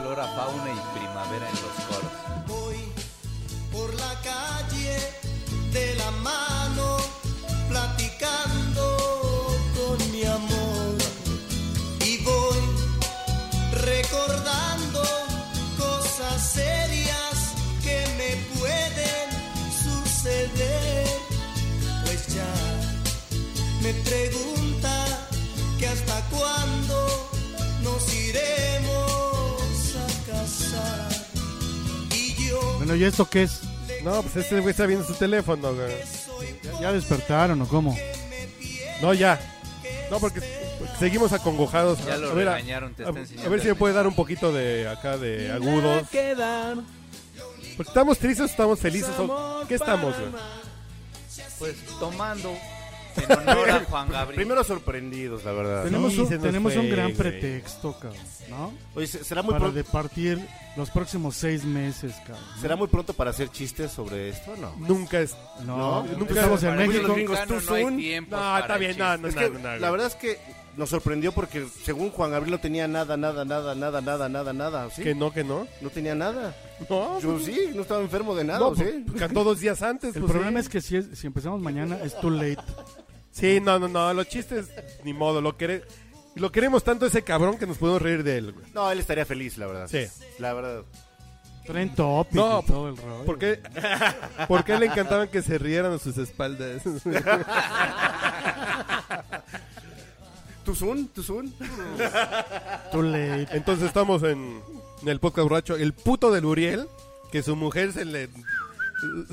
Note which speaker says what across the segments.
Speaker 1: Flora, fauna y primavera en los coros.
Speaker 2: Voy por la calle de la mano, platicando con mi amor. Y voy recordando cosas serias que me pueden suceder. Pues ya me pregunta que hasta cuándo nos iremos a casar. Y yo
Speaker 3: Bueno, ¿y esto qué es?
Speaker 4: No, pues este güey está viendo su teléfono, güey.
Speaker 3: ¿Ya, ya despertaron o cómo?
Speaker 4: No, ya. No, porque porque seguimos acongojados.
Speaker 1: Ya lo
Speaker 4: a ver, a,
Speaker 1: regañaron, te
Speaker 4: a-
Speaker 1: está
Speaker 4: a
Speaker 1: enseñando.
Speaker 4: ver si me puede dar un poquito de acá de agudos. Porque estamos tristes, estamos felices. o- ¿Qué estamos, güey?
Speaker 1: Pues tomando en honor a Juan Gabriel.
Speaker 5: Primero sorprendidos, la verdad. ¿no?
Speaker 3: Tenemos,
Speaker 4: sí,
Speaker 3: un,
Speaker 4: se nos
Speaker 3: tenemos
Speaker 4: fue,
Speaker 3: un gran
Speaker 4: güey.
Speaker 3: pretexto, cabrón, ¿no?
Speaker 5: Oye, se- será muy,
Speaker 3: Para
Speaker 5: pronto,
Speaker 3: departir los próximos seis meses, cabrón.
Speaker 5: será muy pronto para hacer chistes sobre esto, o ¿no?
Speaker 4: Nunca es.
Speaker 3: No,
Speaker 4: No,
Speaker 3: nunca
Speaker 4: nunca-
Speaker 3: estamos en
Speaker 1: Para el
Speaker 3: México.
Speaker 1: mexicano
Speaker 4: Gringos, tú
Speaker 1: no hay
Speaker 4: soon.
Speaker 1: tiempos
Speaker 4: No,
Speaker 1: para
Speaker 4: está bien, no,
Speaker 1: chistes.
Speaker 4: no,
Speaker 5: Es
Speaker 4: no,
Speaker 5: que
Speaker 4: no, no,
Speaker 5: la
Speaker 4: güey.
Speaker 5: verdad es que nos sorprendió porque según Juan Gabriel no tenía nada, nada, nada, nada, nada, nada, nada, ¿sí?
Speaker 4: Que no, que no.
Speaker 5: No tenía nada.
Speaker 4: No, pues,
Speaker 5: Yo sí, no estaba enfermo de nada,
Speaker 4: no,
Speaker 5: ¿o ¿sí?
Speaker 4: pues, cantó dos días antes.
Speaker 3: El
Speaker 4: pues,
Speaker 3: problema
Speaker 4: sí.
Speaker 3: es que si, es- si empezamos mañana es too late.
Speaker 4: Sí, no, no, no. Los chistes, ni modo. Lo, quere- lo queremos tanto a ese cabrón que nos podemos reír de él, güey.
Speaker 5: No, él estaría feliz, la verdad.
Speaker 4: Sí.
Speaker 5: La verdad.
Speaker 3: Tren topic
Speaker 4: No, pues,
Speaker 3: y todo el rollo.
Speaker 4: ¿Por qué, por qué le encantaban que se rieran a sus espaldas?
Speaker 5: ¿Tuzun? ¿Tuzun?
Speaker 3: Too late.
Speaker 4: Entonces estamos en, en el podcast borracho. El puto del Uriel, que su mujer se le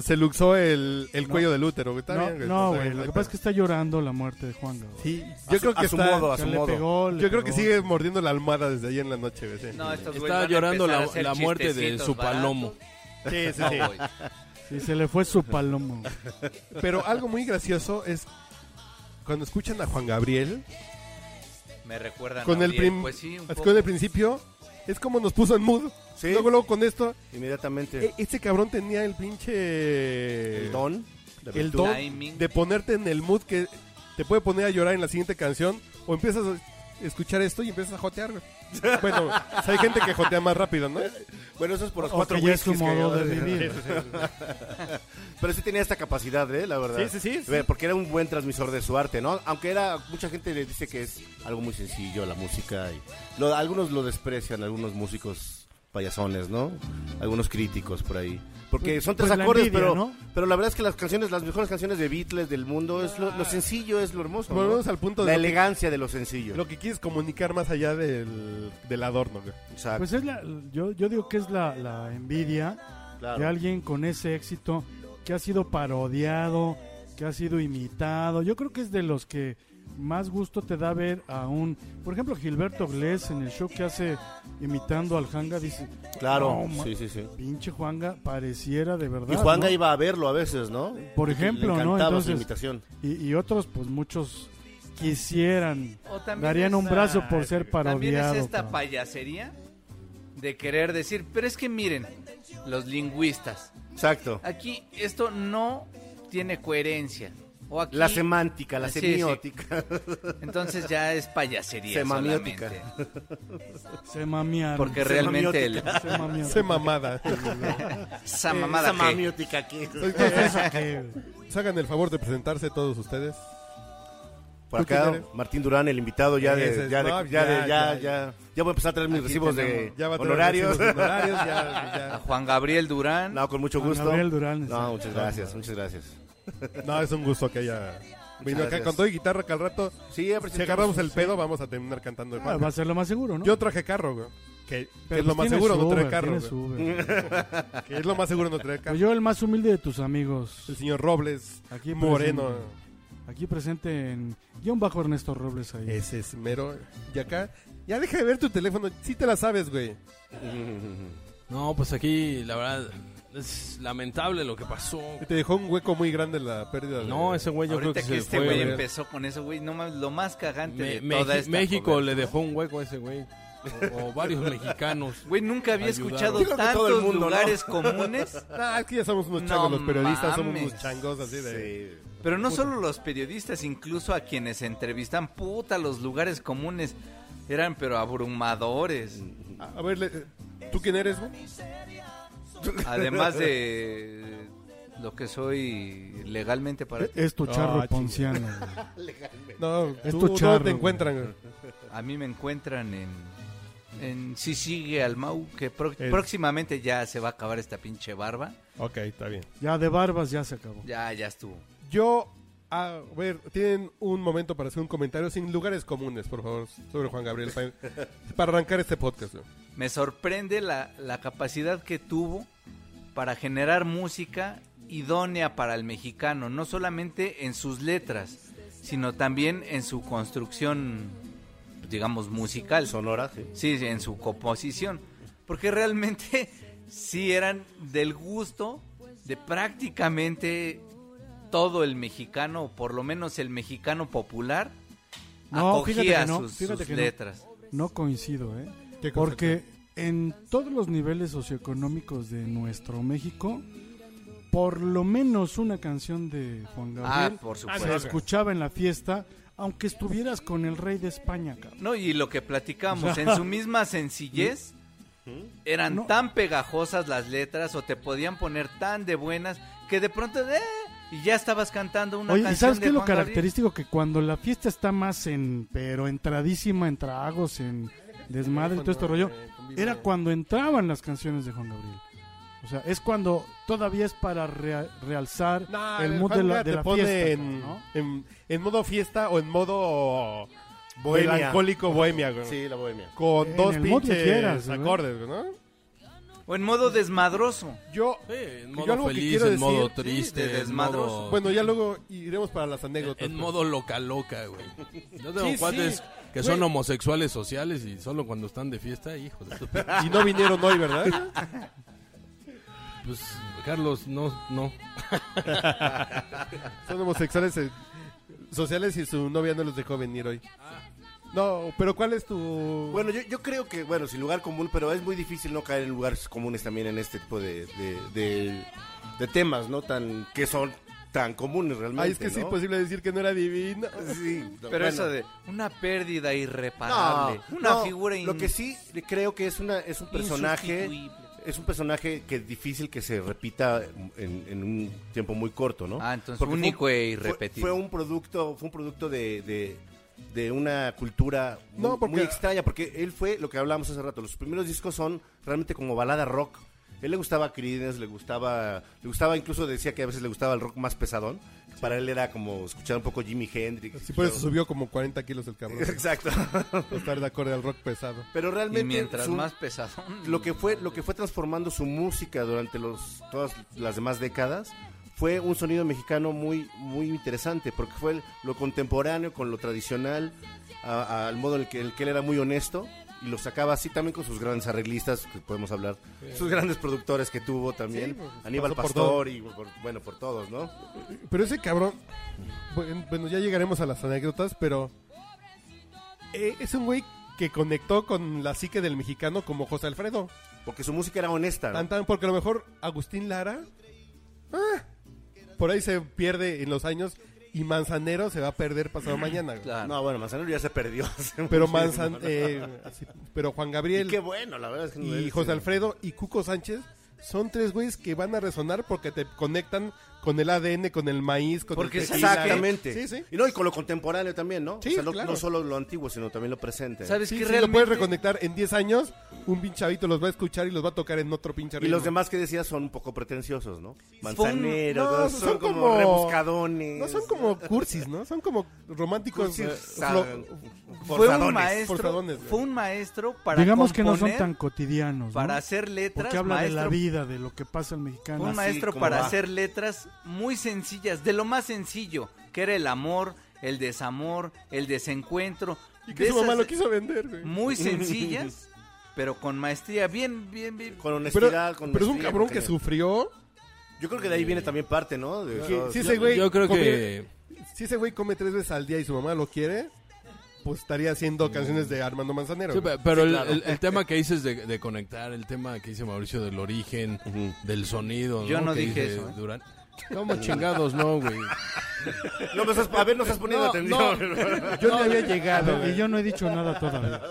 Speaker 4: se luxó el, el cuello del útero. güey. Está
Speaker 3: No,
Speaker 4: bien,
Speaker 3: no,
Speaker 4: Está
Speaker 3: güey.
Speaker 4: bien,
Speaker 3: Lo que
Speaker 4: está
Speaker 3: pasa es que está llorando la muerte de Juan. güey.
Speaker 4: bien. Sí, yo
Speaker 5: A su-
Speaker 4: creo que
Speaker 5: a su
Speaker 4: está-
Speaker 5: modo, a
Speaker 3: O sea,
Speaker 5: su
Speaker 3: le
Speaker 5: modo.
Speaker 3: pegó, le
Speaker 4: Yo creo que
Speaker 3: pegó.
Speaker 4: sigue mordiendo la almohada desde ahí en la noche, güey. sí.
Speaker 1: No, estos güeyes
Speaker 6: Estaba
Speaker 1: van a
Speaker 6: llorando
Speaker 1: empezar
Speaker 6: la-
Speaker 1: a hacer
Speaker 6: la muerte de
Speaker 1: chistecitos
Speaker 6: su palomo.
Speaker 4: Sí, sí,
Speaker 1: No,
Speaker 4: sí.
Speaker 1: güey.
Speaker 3: Sí, se le fue su palomo. güey.
Speaker 4: Pero algo muy gracioso es cuando escuchan a Juan Gabriel,
Speaker 1: Me recuerdan
Speaker 4: con
Speaker 1: a
Speaker 4: el,
Speaker 1: Uriel.
Speaker 4: prim-
Speaker 1: Pues sí, un
Speaker 4: es
Speaker 1: poco.
Speaker 4: con el principio, es como nos puso en mood.
Speaker 5: Sí.
Speaker 4: Luego, luego con esto,
Speaker 5: Inmediatamente. eh,
Speaker 4: e- este cabrón tenía el pinche...
Speaker 5: el don. la
Speaker 4: el
Speaker 5: virtud.
Speaker 4: don
Speaker 1: Timing.
Speaker 4: de ponerte en el mood que te puede poner a llorar en la siguiente canción o empiezas a escuchar esto y empiezas a jotear. güey. Bueno, o sea, hay gente que jotea más rápido, ¿no?
Speaker 5: Bueno, eso es por los
Speaker 3: O
Speaker 5: cuatro
Speaker 3: que ya es su
Speaker 5: whiskies que
Speaker 3: modo
Speaker 5: acabas
Speaker 3: de
Speaker 5: de-
Speaker 3: vivir.
Speaker 5: Pero sí tenía esta capacidad, ¿eh? La verdad.
Speaker 4: Sí, sí, sí, sí.
Speaker 5: Ve, Porque era un buen transmisor de su arte, ¿no? Aunque era, mucha gente le dice que es algo muy sencillo la música. Y lo- algunos lo desprecian, algunos músicos payasones, ¿no? Algunos críticos por ahí. Porque son tres
Speaker 3: Pues la
Speaker 5: acordes,
Speaker 3: envidia,
Speaker 5: pero,
Speaker 3: ¿no?
Speaker 5: pero la verdad es que las canciones, las mejores canciones de Beatles del mundo, es lo, lo sencillo es lo hermoso. ¿no?
Speaker 4: Volvemos al punto
Speaker 5: La
Speaker 4: de lo que,
Speaker 5: elegancia de lo sencillo.
Speaker 4: lo que quieres comunicar más allá del, del adorno. güey.
Speaker 5: Exacto,
Speaker 3: Pues es la, yo, yo digo que es la, la envidia
Speaker 5: claro.
Speaker 3: de alguien con ese éxito que ha sido parodiado, que ha sido imitado. Yo creo que es de los que más gusto te da ver a un, por ejemplo, Gilberto Glés en el show que hace imitando al Janga dice,
Speaker 5: Claro,
Speaker 3: No, ma-
Speaker 5: sí, sí, sí.
Speaker 3: pinche Juanga pareciera de verdad.
Speaker 5: Y Juanga
Speaker 3: ¿no?".
Speaker 5: iba a verlo a veces, ¿no?
Speaker 3: Por
Speaker 5: Le-
Speaker 3: ejemplo,
Speaker 5: le
Speaker 3: ¿no?
Speaker 5: encantaba su
Speaker 3: Entonces-
Speaker 5: imitación.
Speaker 3: y, y otros, pues muchos quisieran,
Speaker 1: O también
Speaker 3: darían un
Speaker 1: esta-
Speaker 3: brazo por ser
Speaker 1: También es
Speaker 3: parodiado.
Speaker 1: esta
Speaker 3: cabrón.
Speaker 1: payasería de querer decir, pero es que miren, los lingüistas,
Speaker 5: Exacto.
Speaker 1: aquí esto no tiene coherencia. O aquí,
Speaker 5: La semántica, la
Speaker 1: Sí, sí.
Speaker 5: semiótica.
Speaker 1: entonces ya es payasería
Speaker 5: Semamiótica.
Speaker 1: solamente.
Speaker 3: Se mamearon.
Speaker 1: Porque realmente el,
Speaker 3: Se mamearon.
Speaker 4: Se mamada.
Speaker 1: esa mamada que-
Speaker 5: Semiótica que.
Speaker 4: Nos hagan el favor de presentarse todos ustedes.
Speaker 5: Por
Speaker 4: ¿Tú quién
Speaker 5: acá,
Speaker 4: eres?
Speaker 5: Martín Durán, el invitado ya de.
Speaker 4: Ese,
Speaker 5: Ya, de-
Speaker 4: no,
Speaker 5: ya, de-
Speaker 4: ya,
Speaker 5: ya,
Speaker 4: ya.
Speaker 5: ya. Ya voy a empezar a traer mis
Speaker 1: Aquí
Speaker 5: recibos de
Speaker 1: tenemos-
Speaker 4: Ya va a tener
Speaker 5: honorarios.
Speaker 4: recibos honorarios, ya-
Speaker 1: a Juan Gabriel Durán.
Speaker 5: No, con mucho
Speaker 3: Juan
Speaker 5: gusto.
Speaker 3: Gabriel Durán,
Speaker 5: No,
Speaker 3: exacto.
Speaker 5: muchas gracias, muchas gracias.
Speaker 4: ya. No, es un gusto que haya venido acá
Speaker 5: gracias.
Speaker 4: con todo y guitarra que al rato,
Speaker 5: Sí, ya
Speaker 4: si
Speaker 5: presentamos-
Speaker 4: agarramos el pedo, vamos a terminar cantando. de
Speaker 3: Ah, va a ser lo más seguro, ¿no?
Speaker 4: Yo traje carro, güey. Que, que
Speaker 3: Pero
Speaker 4: es lo
Speaker 3: pues
Speaker 4: más
Speaker 3: tienes
Speaker 4: seguro no traer
Speaker 3: Uber,
Speaker 4: carro.
Speaker 3: tienes
Speaker 4: güey.
Speaker 3: Uber.
Speaker 4: Que es lo más seguro no traer
Speaker 3: Pues
Speaker 4: carro.
Speaker 3: yo el más humilde de tus amigos.
Speaker 4: El señor Robles,
Speaker 3: Aquí
Speaker 4: Moreno.
Speaker 3: presente- aquí presente en guión bajo Ernesto Robles ahí.
Speaker 4: Ese es mero. Y acá, ya deja de ver tu teléfono. Sí te la sabes, güey.
Speaker 6: No, pues aquí, la verdad, es lamentable lo que pasó.
Speaker 4: Y Te dejó un hueco muy grande la pérdida. de-
Speaker 6: No, ese güey yo
Speaker 1: Ahorita
Speaker 6: creo
Speaker 1: que,
Speaker 6: que, se
Speaker 1: este
Speaker 6: fue.
Speaker 1: güey
Speaker 6: güey.
Speaker 1: empezó con eso, güey, no mames, lo más cagante
Speaker 6: Me-
Speaker 1: de toda
Speaker 6: Meji-
Speaker 1: esta
Speaker 6: México
Speaker 1: joven.
Speaker 6: le dejó un hueco a ese güey. o, o varios mexicanos.
Speaker 1: Güey, nunca había
Speaker 6: Ayudaron.
Speaker 1: escuchado
Speaker 5: Yo creo que todo el
Speaker 1: tantos
Speaker 5: mundo, ¿no?
Speaker 1: lugares comunes.
Speaker 4: Ah, es que ya somos unos
Speaker 1: No
Speaker 4: changos, los periodistas somos
Speaker 1: mames.
Speaker 4: unos changos así de...
Speaker 1: Pero no solo los periodistas, incluso a quienes entrevistan, puta, los lugares comunes eran pero abrumadores.
Speaker 4: A a ver, le- ¿tú quién eres, güey?
Speaker 1: Además de lo que soy legalmente para ti.
Speaker 3: Es tu charro
Speaker 4: Ah, chinga.
Speaker 3: ponciano. güey.
Speaker 4: No,
Speaker 3: Es
Speaker 4: tú,
Speaker 3: tu
Speaker 4: ¿dónde
Speaker 3: charro,
Speaker 4: te
Speaker 3: güey.
Speaker 4: encuentran? güey?
Speaker 1: A mí me encuentran en, en si sigue al Mau, que pro-
Speaker 4: El-
Speaker 1: próximamente ya se va a acabar esta pinche barba.
Speaker 4: Ok, está bien.
Speaker 3: Ya de barbas ya se acabó.
Speaker 1: Ya, ya estuvo.
Speaker 4: Yo, a ver, tienen un momento para hacer un comentario sin lugares comunes, por favor, sobre Juan Gabriel, pa- para, arrancar este podcast. güey.
Speaker 1: Me sorprende la, la capacidad que tuvo para generar música idónea para el mexicano, no solamente en sus letras, sino también en su construcción, digamos, musical.
Speaker 5: Sonora, sí.
Speaker 1: Sí, sí, en su composición. Porque realmente sí eran del gusto de prácticamente todo el mexicano, o por lo menos el mexicano popular,
Speaker 3: No, fíjate
Speaker 1: acogía
Speaker 3: que no,
Speaker 1: sus,
Speaker 3: fíjate
Speaker 1: sus
Speaker 3: que no.
Speaker 1: letras.
Speaker 3: No coincido, ¿eh?
Speaker 4: ¿Qué cosa?
Speaker 3: Porque en todos los niveles socioeconómicos de nuestro México, por lo menos una canción de Juan
Speaker 1: Ah,
Speaker 3: Gabriel
Speaker 1: por
Speaker 4: Ah,
Speaker 1: supuesto.
Speaker 3: se escuchaba en la fiesta, aunque estuvieras con el rey de España, cabrón.
Speaker 1: No, y lo que platicamos, en su misma sencillez,
Speaker 5: ¿Mm?
Speaker 1: eran
Speaker 3: No.
Speaker 1: tan pegajosas las letras o te podían poner tan de buenas que de pronto, ¡eh! y ya estabas cantando una
Speaker 3: Oye, ¿y
Speaker 1: canción
Speaker 3: sabes qué
Speaker 1: de
Speaker 3: es lo
Speaker 1: Juan Gabriel.
Speaker 3: característico? Que cuando la fiesta está más en, pero entradísima en tragos, en desmadre y todo este rollo, era cuando entraban las canciones de Juan Gabriel. O sea, es cuando todavía es para rea- realzar
Speaker 4: No,
Speaker 3: el
Speaker 4: el
Speaker 3: mood
Speaker 4: Juan
Speaker 3: de la,
Speaker 4: Gabriel
Speaker 3: de
Speaker 4: te
Speaker 3: la
Speaker 4: pone
Speaker 3: fiesta.
Speaker 4: en,
Speaker 3: ¿no?
Speaker 4: en- en modo fiesta o en modo
Speaker 5: Bohemia.
Speaker 4: melancólico bohemia, güey.
Speaker 5: Sí, la bohemia.
Speaker 4: Con
Speaker 3: En
Speaker 4: dos
Speaker 3: el mood que
Speaker 4: pinches
Speaker 3: quieras, güey.
Speaker 4: acordes, güey, ¿no?
Speaker 1: O en modo desmadroso.
Speaker 4: Yo,
Speaker 6: Sí, en
Speaker 4: Yo
Speaker 6: modo
Speaker 4: algo que
Speaker 6: feliz,
Speaker 4: quiero
Speaker 6: en
Speaker 4: decir,
Speaker 6: modo
Speaker 4: sí,
Speaker 6: triste,
Speaker 1: de
Speaker 6: en
Speaker 1: desmadroso.
Speaker 6: modo...
Speaker 4: bueno, ya luego iremos para las
Speaker 6: en,
Speaker 4: anécdotas.
Speaker 6: en
Speaker 4: pero-
Speaker 6: modo loca loca, güey. Yo tengo
Speaker 4: Sí,
Speaker 6: cuates
Speaker 4: sí,
Speaker 6: que son homosexuales sociales y solo cuando están de fiesta, hijo de su-
Speaker 4: Y no vinieron hoy, ¿verdad?
Speaker 6: Pues, Carlos, no, no.
Speaker 4: Son homosexuales eh, sociales y su novia no los dejó venir hoy. No, pero ¿cuál es tu...?
Speaker 5: Bueno, yo, yo creo que, bueno, sin lugar común, pero es muy difícil no caer en lugares comunes también en este tipo de, de, de- de temas, ¿no? Tan, que son tan comunes realmente.
Speaker 4: Ay, es que pues, es
Speaker 5: ¿no?
Speaker 4: imposible decir que no era divina.
Speaker 5: Sí,
Speaker 1: Pero
Speaker 5: bueno.
Speaker 1: eso de una pérdida irreparable,
Speaker 5: No,
Speaker 1: una
Speaker 5: no,
Speaker 1: figura in-
Speaker 5: Lo que sí creo que es, una, es un personaje.
Speaker 1: insustituible.
Speaker 5: Es un personaje que es difícil que se repita en, en un tiempo muy corto, ¿no?
Speaker 1: Ah, entonces
Speaker 5: Porque fue
Speaker 1: único
Speaker 5: un-
Speaker 1: e
Speaker 5: fue-
Speaker 1: irrepetible.
Speaker 5: Fue, un producto, fue un producto de, de- de una cultura muy,
Speaker 4: No, porque-
Speaker 5: muy extraña, porque él fue lo que hablábamos hace rato. Los primeros discos son realmente como balada rock. Él le gustaba Creedence, le gustaba, le gustaba incluso decía que a veces le gustaba el rock más pesadón. Para él era como escuchar un poco Jimi Hendrix.
Speaker 4: Sí, por eso
Speaker 5: escuchar-
Speaker 4: subió como 40 kilos el cabrón.
Speaker 5: Exacto.
Speaker 4: Por estar de acorde al rock pesado.
Speaker 5: Pero realmente
Speaker 1: Y mientras
Speaker 5: su-
Speaker 1: más pesadón.
Speaker 5: lo que fue lo que fue transformando su música durante los todas las demás décadas fue un sonido mexicano muy muy interesante porque fue el- lo contemporáneo con lo tradicional a- al modo en el que, el que él era muy honesto y lo sacaba así también con sus grandes arreglistas que podemos hablar sus grandes productores que tuvo también
Speaker 4: Sí, pues,
Speaker 5: Aníbal
Speaker 4: pasó por
Speaker 5: Pastor y por- bueno por todos no
Speaker 4: Pero ese cabrón... buen- Bueno, ya llegaremos a las anécdotas, pero... eh, es un güey que conectó con la psique del mexicano como José Alfredo.
Speaker 5: porque su música era honesta ¿no?
Speaker 4: Tan, tan, porque a lo mejor Agustín Lara... ah, por ahí se pierde en los años y Manzanero se va a perder pasado mañana. güey.
Speaker 1: Claro.
Speaker 5: no bueno Manzanero ya se perdió hace
Speaker 4: Pero
Speaker 5: muchísimo,
Speaker 4: Manzan...
Speaker 5: ¿no?
Speaker 4: eh, así- pero Juan
Speaker 5: y
Speaker 4: Gabriel...
Speaker 5: qué bueno la verdad es que no
Speaker 4: y
Speaker 5: él-
Speaker 4: José Alfredo y Cuco Sánchez son tres güeyes que van a resonar porque te conectan con el ADN, con el maíz, con
Speaker 1: Porque
Speaker 4: el
Speaker 1: se
Speaker 4: tequila.
Speaker 1: saca-
Speaker 5: Exactamente.
Speaker 4: Sí, sí.
Speaker 5: Y no, y con lo contemporáneo también, ¿no?
Speaker 4: Sí,
Speaker 5: o sea, no,
Speaker 4: claro.
Speaker 5: no solo lo antiguo, sino también lo presente.
Speaker 1: ¿Sabes
Speaker 4: Sí,
Speaker 1: qué
Speaker 4: sí,
Speaker 1: realmente?
Speaker 4: lo puedes reconectar en 10 años, un pinchavito los va a escuchar y los va a tocar en otro pinche
Speaker 5: Y
Speaker 4: ritmo.
Speaker 5: los demás que decías son un poco pretenciosos, ¿no?
Speaker 4: No,
Speaker 5: Manzaneros, ¿no? son, como, rebuscadones.
Speaker 4: No son como cursis, ¿no? Son como románticos.
Speaker 5: Cursis,
Speaker 4: eh,
Speaker 5: sa-
Speaker 4: flo-
Speaker 1: Fue un
Speaker 5: forzadones,
Speaker 1: maestro.
Speaker 4: forzadones, güey.
Speaker 1: Fue un maestro para.
Speaker 3: Digamos que no son
Speaker 1: componer,
Speaker 3: tan cotidianos. ¿no?
Speaker 1: Para hacer letras.
Speaker 3: Porque habla de la
Speaker 1: maestro-
Speaker 3: vida, de lo que pasa al mexicano.
Speaker 1: Fue un
Speaker 5: así
Speaker 1: maestro
Speaker 5: como
Speaker 1: para
Speaker 5: va.
Speaker 1: hacer letras muy sencillas, de lo más sencillo, que era el amor, el desamor, el desencuentro.
Speaker 4: y que
Speaker 1: de
Speaker 4: su mamá
Speaker 1: esas
Speaker 4: lo quiso vender, güey.
Speaker 1: Muy sencillas, pero con maestría. Bien, bien, bien.
Speaker 5: Con
Speaker 4: Pero,
Speaker 5: honestidad, con
Speaker 4: pero es un
Speaker 5: maestría,
Speaker 4: cabrón
Speaker 5: con
Speaker 4: que
Speaker 5: genio.
Speaker 4: sufrió.
Speaker 5: Yo creo que de ahí viene también parte, ¿no? De-
Speaker 4: Que- sí,
Speaker 5: yo-
Speaker 4: ese güey
Speaker 6: Yo creo
Speaker 4: come-
Speaker 6: que...
Speaker 4: Si ese güey come tres veces al día y su mamá lo quiere, pues estaría haciendo canciones de Armando Manzanero.
Speaker 6: Sí,
Speaker 4: güey.
Speaker 6: pe- pero
Speaker 5: Sí,
Speaker 6: el,
Speaker 5: claro.
Speaker 6: el- el tema que dices de, de conectar, el tema que dice Mauricio del origen, del sonido.
Speaker 1: Yo no
Speaker 6: Que
Speaker 1: dije
Speaker 6: dice
Speaker 1: eso, ¿eh?
Speaker 6: Durán. ¿Cómo chingados no, güey?
Speaker 5: No me estás, a ver, no estás poniendo
Speaker 6: No,
Speaker 5: atención.
Speaker 4: Yo no había llegado.
Speaker 3: Y
Speaker 4: güey.
Speaker 3: yo no he dicho nada todavía.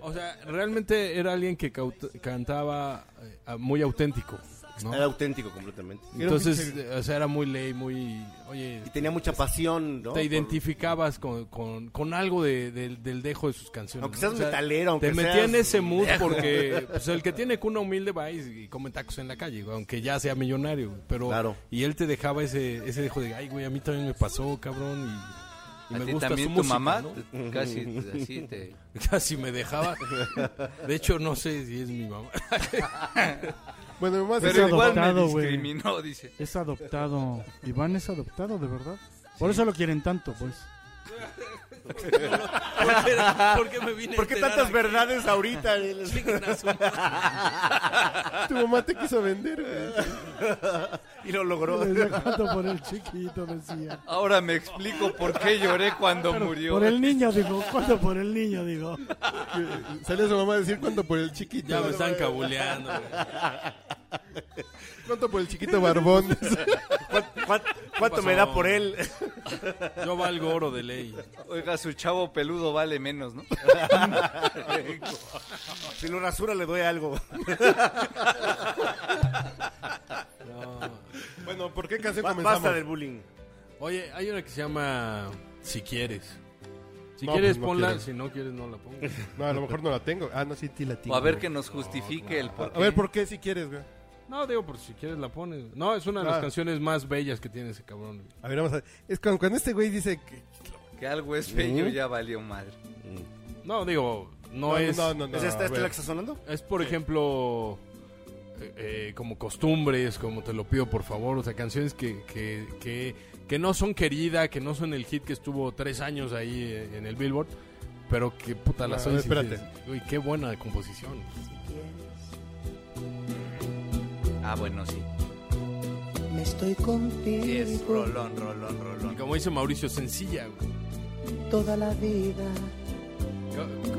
Speaker 6: O sea, realmente era alguien que caut- cantaba eh, ah, muy auténtico, ¿no?
Speaker 5: Era auténtico completamente.
Speaker 6: Entonces, eh, o sea, era muy ley, muy... Oye,
Speaker 5: Y tenía mucha pasión, ¿no?
Speaker 6: te
Speaker 5: Por-
Speaker 6: identificabas con, con, con algo de- del- del dejo de sus canciones.
Speaker 5: Aunque
Speaker 6: ¿no?
Speaker 5: seas
Speaker 6: O sea,
Speaker 5: metalero, aunque
Speaker 6: Te metía
Speaker 5: seas-
Speaker 6: en ese mood porque pues, el que tiene cuna humilde va y, y come tacos en la calle, güey, aunque ya sea millonario. güey, Pero,
Speaker 5: Claro.
Speaker 6: Y él te dejaba ese, ese dejo de, ay, güey, a mí también me pasó, cabrón. Y, y
Speaker 1: A
Speaker 6: me
Speaker 1: ti
Speaker 6: gusta
Speaker 1: también
Speaker 6: su
Speaker 1: tu
Speaker 6: música,
Speaker 1: mamá
Speaker 6: ¿no?".
Speaker 1: te- casi te- así te...
Speaker 6: Casi me dejaba. De hecho, no sé si es mi mamá.
Speaker 4: Bueno, mi mamá se
Speaker 1: Pero
Speaker 4: hace-
Speaker 1: igual me
Speaker 3: adoptado, güey.
Speaker 1: discriminó, dice.
Speaker 3: Es adoptado. Iván es adoptado, de verdad. Por eso lo quieren tanto, pues.
Speaker 6: ¿Por qué, por qué me vine a
Speaker 5: ¿Por qué
Speaker 6: enterar
Speaker 5: tantas
Speaker 6: aquí?
Speaker 5: verdades ahorita?
Speaker 6: Chinguen a su madre.
Speaker 4: tu mamá te quiso vender. güey.
Speaker 5: y lo logró.
Speaker 3: Desde cuando por el chiquito, decía.
Speaker 1: Ahora me explico por qué lloré cuando murió.
Speaker 3: Por el niño, digo. ¿Cuándo por el niño, digo?
Speaker 4: Sale su mamá a decir cuánto por el chiquito.
Speaker 6: Ya me están cabuleando. güey.
Speaker 4: Cuánto por el chiquito barbón.
Speaker 5: ¿Cuánto, cuánto- cuánto
Speaker 6: pasó?
Speaker 5: me da por él?
Speaker 6: Yo valgo oro de ley.
Speaker 1: Oiga, su chavo peludo vale menos, ¿no?
Speaker 5: Si lo rasura le doy algo.
Speaker 4: bueno, ¿por qué canción
Speaker 5: Ba-
Speaker 4: comenzamos?
Speaker 5: Basta del bullying.
Speaker 6: Oye, hay una que se llama Si quieres. Si
Speaker 4: No,
Speaker 6: quieres,
Speaker 4: pues no
Speaker 6: ponla.
Speaker 4: quiero.
Speaker 6: Si no quieres, no la pongo.
Speaker 4: No, a lo mejor no la tengo. Ah, no, sí, sí la
Speaker 1: O
Speaker 4: tengo.
Speaker 1: a ver que nos justifique el por
Speaker 4: A ver, ¿por qué si quieres, güey?
Speaker 6: No, digo, por si quieres la pones. No, es una de las
Speaker 4: Ah.
Speaker 6: canciones más bellas que tiene ese cabrón. güey.
Speaker 4: A ver, vamos a ver. Es cuando, cuando este güey dice que...
Speaker 1: que algo es bello ya valió madre.
Speaker 6: No, digo, no, es.
Speaker 5: ¿Es esta,
Speaker 4: a
Speaker 5: esta
Speaker 4: ver.
Speaker 5: la que está sonando?
Speaker 6: Es, por ejemplo, eh, eh, como costumbres, como te lo pido por favor. O sea, canciones que, que, que, que no son querida, que no son el hit que estuvo tres años ahí eh, en el Billboard. Pero que puta las
Speaker 4: No,
Speaker 6: oyes y
Speaker 4: espérate.
Speaker 6: dices, Uy, qué buena composición.
Speaker 1: Ah, bueno, sí.
Speaker 7: Me estoy contigo
Speaker 1: Sí, es rolón, rolón, rolón.
Speaker 6: Y como dice Mauricio, sencilla, güey.
Speaker 7: toda la vida.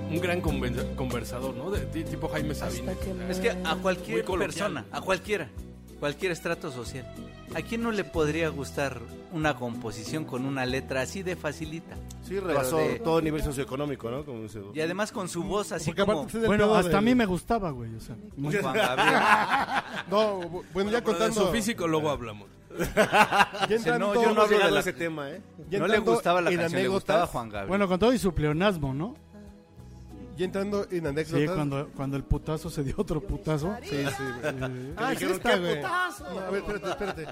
Speaker 6: Un gran conven- conversador, ¿no? De, de- tipo Jaime Sabines.
Speaker 7: Hasta que me-
Speaker 1: Es que ah. a cualquier
Speaker 6: Muy coloquial.
Speaker 1: persona, a cualquiera, cualquier estrato social, ¿a quién no le podría gustar una composición con una letra así de facilita?
Speaker 5: Sí, rebasó
Speaker 1: de-
Speaker 5: todo nivel socioeconómico, ¿no? Como dice-
Speaker 1: Y además con su voz así
Speaker 4: Porque
Speaker 1: como
Speaker 4: aparte es el
Speaker 3: Bueno,
Speaker 4: pedo
Speaker 3: hasta a
Speaker 4: del-
Speaker 3: mí me gustaba, güey. O sea,
Speaker 1: como Juan Gabriel.
Speaker 4: No, bu- bueno, ya
Speaker 6: Pero de
Speaker 4: contando...
Speaker 6: su físico luego hablamos.
Speaker 4: Ya entrando-
Speaker 1: Hemos
Speaker 5: Yo no hablo
Speaker 1: llegado
Speaker 5: de
Speaker 1: a
Speaker 5: la-
Speaker 1: ese
Speaker 5: ese tema, ¿eh?
Speaker 4: ya
Speaker 1: No le
Speaker 4: entrando
Speaker 1: gustaba la
Speaker 4: en
Speaker 1: canción, le
Speaker 4: anécdotas-
Speaker 1: gustaba Juan Gabriel.
Speaker 3: bueno, con todo y su pleonasmo, ¿no?
Speaker 4: Ya entrando en anécdotas...
Speaker 3: Sí, cuando, cuando el putazo se dio otro putazo.
Speaker 4: Sí, sí, güey.
Speaker 3: Eh,
Speaker 4: Ah, es
Speaker 5: dijeron,
Speaker 4: esta,
Speaker 5: "¿Qué
Speaker 4: güey.
Speaker 5: putazo?"
Speaker 4: No, a ver, espérate, espérate.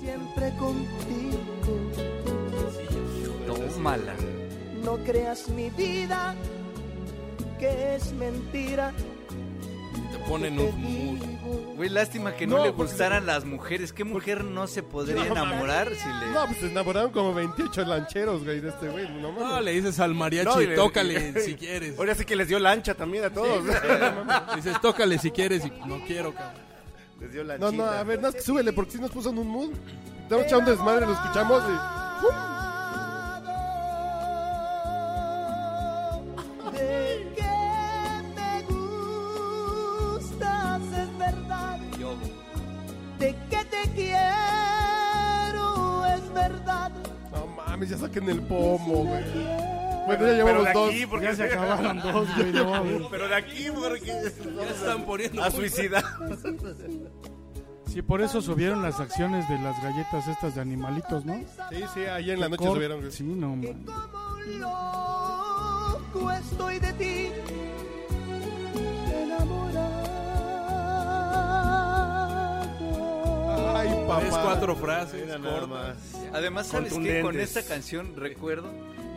Speaker 7: Siempre contigo.
Speaker 1: tómala.
Speaker 4: pues,
Speaker 7: No creas mi vida, que es mentira.
Speaker 6: Te ponen
Speaker 7: Te
Speaker 6: un mood.
Speaker 7: digo.
Speaker 1: Güey, lástima que no,
Speaker 4: No,
Speaker 1: le
Speaker 4: porque-
Speaker 1: gustaran las mujeres. ¿Qué mujer no se podría
Speaker 4: No,
Speaker 1: enamorar si le...
Speaker 4: No, pues se enamoraron como 28 lancheros, güey, de este güey. No mames.
Speaker 6: No, le dices al mariachi,
Speaker 5: No, y le-
Speaker 6: tócale si quieres.
Speaker 5: Ahora sí que les dio lancha también a todos. ¿eh?
Speaker 6: Dices, tócale si quieres y no quiero, cabrón.
Speaker 5: les dio lanchita.
Speaker 4: No, no, a ver, no, es que súbele, porque si nos puso en un mood. Estamos echando desmadre, lo escuchamos y...
Speaker 7: De que me gustas es verdad.
Speaker 1: Yo,
Speaker 7: De que te quiero es verdad.
Speaker 4: No mames, ya saquen el pomo, güey. Bueno, ya
Speaker 5: Pero
Speaker 4: llevamos
Speaker 5: de
Speaker 4: dos.
Speaker 5: aquí, porque...
Speaker 3: Ya se acabaron dos, güey. no mames.
Speaker 5: Pero de aquí, porque...
Speaker 6: Ya se están poniendo
Speaker 5: A
Speaker 6: muy-
Speaker 5: suicidar.
Speaker 3: Sí, por eso subieron las acciones de las galletas estas de animalitos, ¿no?
Speaker 4: Sí, sí, ayer en la noche
Speaker 3: Cor-
Speaker 4: subieron, güey.
Speaker 3: Sí, no,
Speaker 7: Que
Speaker 3: man.
Speaker 7: como un loco estoy de ti. Enamorado.
Speaker 4: Ay, papá.
Speaker 6: Tres, cuatro frases.
Speaker 5: Mira nada
Speaker 6: cortas.
Speaker 5: más.
Speaker 1: Además, ¿sabes qué? Con
Speaker 5: Contundentes.
Speaker 1: esta canción, recuerdo,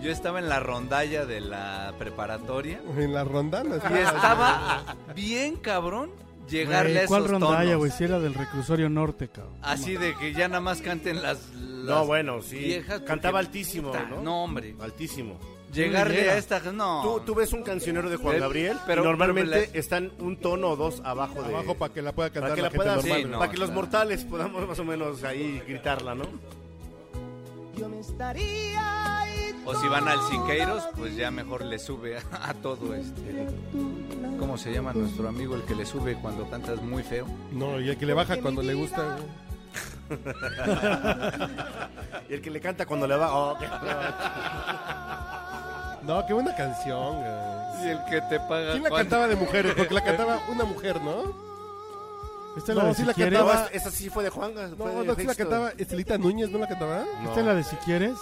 Speaker 1: yo estaba en la rondalla de la preparatoria
Speaker 4: En las rondanas.
Speaker 1: y estaba bien cabrón llegarle
Speaker 3: Güey,
Speaker 1: a esos
Speaker 3: ¿Cuál rondalla,
Speaker 1: tonos.
Speaker 3: güey? Si era del reclusorio norte, cabrón.
Speaker 1: Así de que ya nada más canten las, las
Speaker 5: No, bueno, sí.
Speaker 1: viejas,
Speaker 5: Cantaba
Speaker 1: porque,
Speaker 5: altísimo,
Speaker 1: puta,
Speaker 5: ¿no?
Speaker 1: hombre.
Speaker 5: Altísimo.
Speaker 1: Llegarle
Speaker 3: llega.
Speaker 1: a esta... No.
Speaker 5: Tú, tú ves un cancionero de Juan
Speaker 1: Pero-
Speaker 5: Gabriel,
Speaker 1: pero-
Speaker 5: pero normalmente
Speaker 1: pero
Speaker 5: están un tono o dos abajo de...
Speaker 4: Abajo para que la pueda
Speaker 5: para
Speaker 4: cantar
Speaker 5: que
Speaker 4: la,
Speaker 5: la puedas-
Speaker 4: gente normal.
Speaker 1: Sí,
Speaker 4: güey.
Speaker 1: no,
Speaker 5: para que los
Speaker 1: claro.
Speaker 5: mortales podamos más o menos ahí gritarla, ¿no?
Speaker 7: Yo me estaría
Speaker 1: O si van al Siqueiros, pues ya mejor le sube a, a todo este. ¿Cómo se llama nuestro amigo el que le sube cuando cantas muy feo?
Speaker 4: No, y el que le baja cuando le gusta. güey.
Speaker 5: Y el que le canta cuando le va. oh, qué-
Speaker 4: No, qué buena canción, güey.
Speaker 1: Y el que te paga.
Speaker 4: ¿Quién la cantaba de mujeres? Porque la cantaba una mujer, ¿no?
Speaker 3: Esta es
Speaker 4: No,
Speaker 3: la de
Speaker 4: sí
Speaker 3: si
Speaker 4: la
Speaker 3: quieres.
Speaker 4: cantaba.
Speaker 5: No, esa sí fue de Juan. fue
Speaker 4: No,
Speaker 5: de
Speaker 4: no, sí la
Speaker 5: Sexto.
Speaker 4: cantaba Estelita Núñez, ¿no la cantaba?
Speaker 3: Esta es la de si quieres.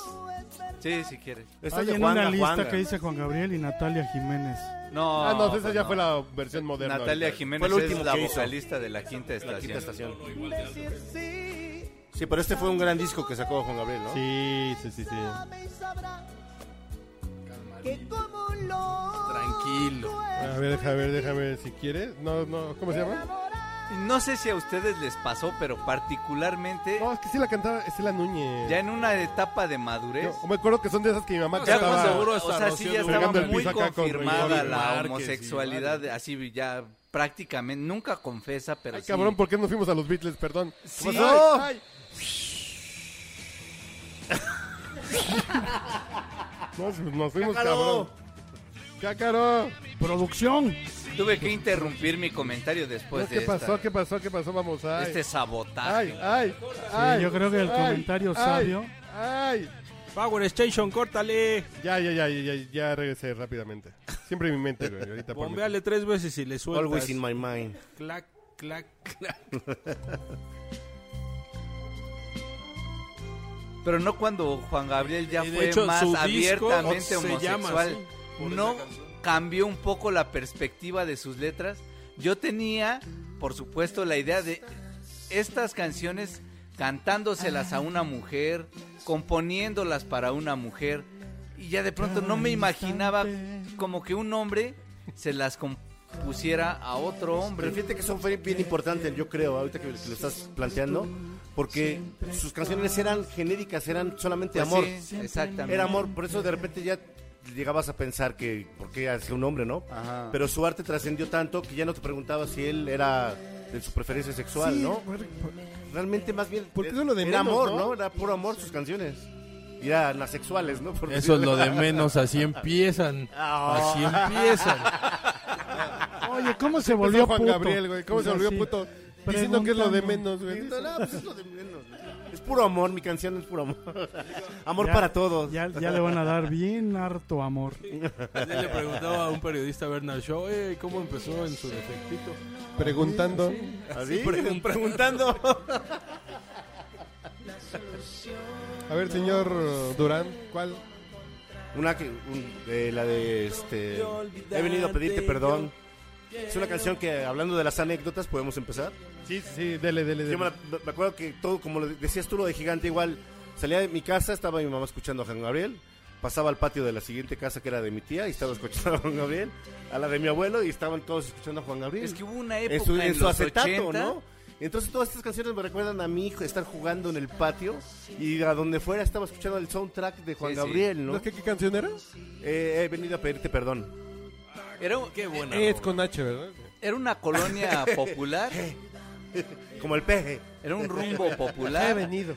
Speaker 1: Sí, si quieres.
Speaker 5: Esa
Speaker 3: Hay
Speaker 5: es de
Speaker 3: en
Speaker 5: Juanga,
Speaker 3: una lista
Speaker 5: Juanga.
Speaker 3: que dice Juan Gabriel y Natalia Jiménez.
Speaker 1: No.
Speaker 4: Ah, no, esa
Speaker 1: pues
Speaker 4: ya
Speaker 1: no.
Speaker 4: fue la versión moderna.
Speaker 1: Natalia
Speaker 4: ahorita.
Speaker 1: Jiménez
Speaker 5: Fue el último
Speaker 1: es la
Speaker 5: que hizo.
Speaker 1: vocalista de la quinta estación.
Speaker 5: La quinta estación.
Speaker 7: decir sí.
Speaker 5: Sí, pero este fue un gran disco que sacó Juan Gabriel, ¿no?
Speaker 4: Sí, sí, sí, sí.
Speaker 7: Sabe y sabrá que como un loco
Speaker 6: Tranquilo.
Speaker 4: A ver, déjame ver, déjame ver si quieres. No, no, ¿cómo se llama?
Speaker 1: No sé si a ustedes les pasó, pero particularmente
Speaker 4: No, es que sí la cantaba Estela Núñez.
Speaker 1: ya en una etapa de madurez.
Speaker 4: Yo me acuerdo que son de esas que mi mamá
Speaker 1: ya
Speaker 6: estaba-
Speaker 1: con seguro,
Speaker 6: estaba
Speaker 1: o sea, sí ya estaba
Speaker 4: fregando el
Speaker 1: muy
Speaker 4: piso acá con
Speaker 1: confirmada
Speaker 4: Gregorio
Speaker 1: la
Speaker 6: Márquez y
Speaker 1: homosexualidad, así ya prácticamente, nunca confesa, pero
Speaker 4: Ay,
Speaker 1: sí.
Speaker 4: cabrón, ¿por qué nos fuimos a los Beatles? Perdón.
Speaker 1: Sí. Oh.
Speaker 4: ¿Qué pasó?
Speaker 1: No.
Speaker 4: Ay, ay. Nos, pues, nos fuimos,
Speaker 5: Cácaro.
Speaker 4: cabrón. ¡Cácaro!
Speaker 3: Producción.
Speaker 1: Tuve que interrumpir mi comentario después
Speaker 4: ¿Qué
Speaker 1: de
Speaker 4: pasó?
Speaker 1: Pues esta-
Speaker 4: ¿Qué pasó? ¿Qué pasó? Vamos, ay.
Speaker 1: este sabotaje.
Speaker 4: ay, ay, ay.
Speaker 3: yo creo que el
Speaker 4: ay,
Speaker 3: comentario
Speaker 4: ay,
Speaker 3: sabio.
Speaker 4: Ay.
Speaker 8: Power Station, córtale.
Speaker 4: Ya, ya, ya, ya, ya, ya regresé rápidamente. Siempre en mi mente, güey. Ahorita por mi-
Speaker 8: Bombeale tres veces y le sueltas.
Speaker 5: Always in my mind.
Speaker 8: Clac, clac, clac.
Speaker 1: Pero no cuando Juan Gabriel ya
Speaker 8: Y Eh, de
Speaker 1: fue
Speaker 8: hecho,
Speaker 1: más
Speaker 8: su disco
Speaker 1: abiertamente
Speaker 8: se llama
Speaker 1: homosexual.
Speaker 8: así, por esa
Speaker 1: no
Speaker 8: canción.
Speaker 1: cambió un poco la perspectiva de sus letras. Yo tenía, por supuesto, la idea de estas canciones cantándoselas a una mujer, componiéndolas para una mujer. Y ya de pronto no me imaginaba como que un hombre se las compusiera a otro
Speaker 5: Pero
Speaker 1: hombre.
Speaker 5: fíjate que son bien, bien importantes, yo creo, ahorita que lo estás planteando, porque sus canciones eran genéricas, eran solamente
Speaker 1: Pues
Speaker 5: amor.
Speaker 1: sí, exactamente.
Speaker 5: Era amor, por eso de repente ya llegabas a pensar que, ¿por qué hacía un hombre, no?
Speaker 1: Ajá.
Speaker 5: Pero su arte trascendió tanto que ya no te preguntabas si él era de su preferencia sexual, ¿no? Realmente más bien
Speaker 4: Porque
Speaker 5: eh,
Speaker 4: eso es lo de
Speaker 5: era
Speaker 4: menos,
Speaker 5: amor,
Speaker 4: ¿no?
Speaker 5: ¿no? Era puro amor sus canciones. Y eran asexuales, ¿no? Por
Speaker 6: Eso es
Speaker 5: decirlo.
Speaker 6: lo de menos, así empiezan.
Speaker 5: Ah,
Speaker 6: Así empiezan.
Speaker 3: Oye, ¿cómo se volvió
Speaker 4: Ah, Juan
Speaker 3: puto?
Speaker 4: Gabriel, güey. ¿Cómo se
Speaker 3: Así.
Speaker 4: volvió puto? Diciendo que es lo de menos, güey.
Speaker 5: no, pues es lo de menos. Es puro amor, mi canción es puro amor. Amor
Speaker 3: Ya-
Speaker 5: para todos.
Speaker 3: Ya, ya le van a dar bien harto amor.
Speaker 6: Ayer le preguntaba a un periodista Bernard Shaw, "Ey, ¿cómo empezó en su defectito?
Speaker 4: Preguntando.
Speaker 5: Así,
Speaker 8: Pregun- preguntando.
Speaker 4: A ver, señor eh, Durán, ¿cuál?
Speaker 5: Una que, un- de la de este. He venido a pedirte perdón. Es una canción que, hablando de las anécdotas, podemos empezar.
Speaker 4: Sí, sí, sí, dele, dele,
Speaker 5: Yo
Speaker 4: dele.
Speaker 5: me, la- me acuerdo que todo, como lo decías tú, lo de gigante, igual salía de mi casa, estaba mi mamá escuchando a Juan Gabriel. Pasaba al patio de la siguiente casa que era de mi tía y estaba escuchando a Juan Gabriel. A la de mi abuelo y estaban todos escuchando a Juan Gabriel.
Speaker 1: Es que hubo una
Speaker 5: en
Speaker 1: época
Speaker 5: su,
Speaker 1: en,
Speaker 5: en su
Speaker 1: los
Speaker 5: acetato,
Speaker 1: 80,
Speaker 5: ¿no? Entonces todas estas canciones me recuerdan a mi hijo estar jugando en el patio y a donde fuera estaba escuchando el soundtrack de Juan
Speaker 1: Sí, sí.
Speaker 5: Gabriel, ¿no?
Speaker 4: ¿No es que qué canción era?
Speaker 5: Eh, he venido a pedirte perdón.
Speaker 1: Era,
Speaker 8: Qué buena.
Speaker 4: Es
Speaker 8: rola.
Speaker 4: con H, ¿verdad?
Speaker 1: era una colonia popular,
Speaker 5: Como el peje.
Speaker 1: era un rumbo popular.
Speaker 4: venido.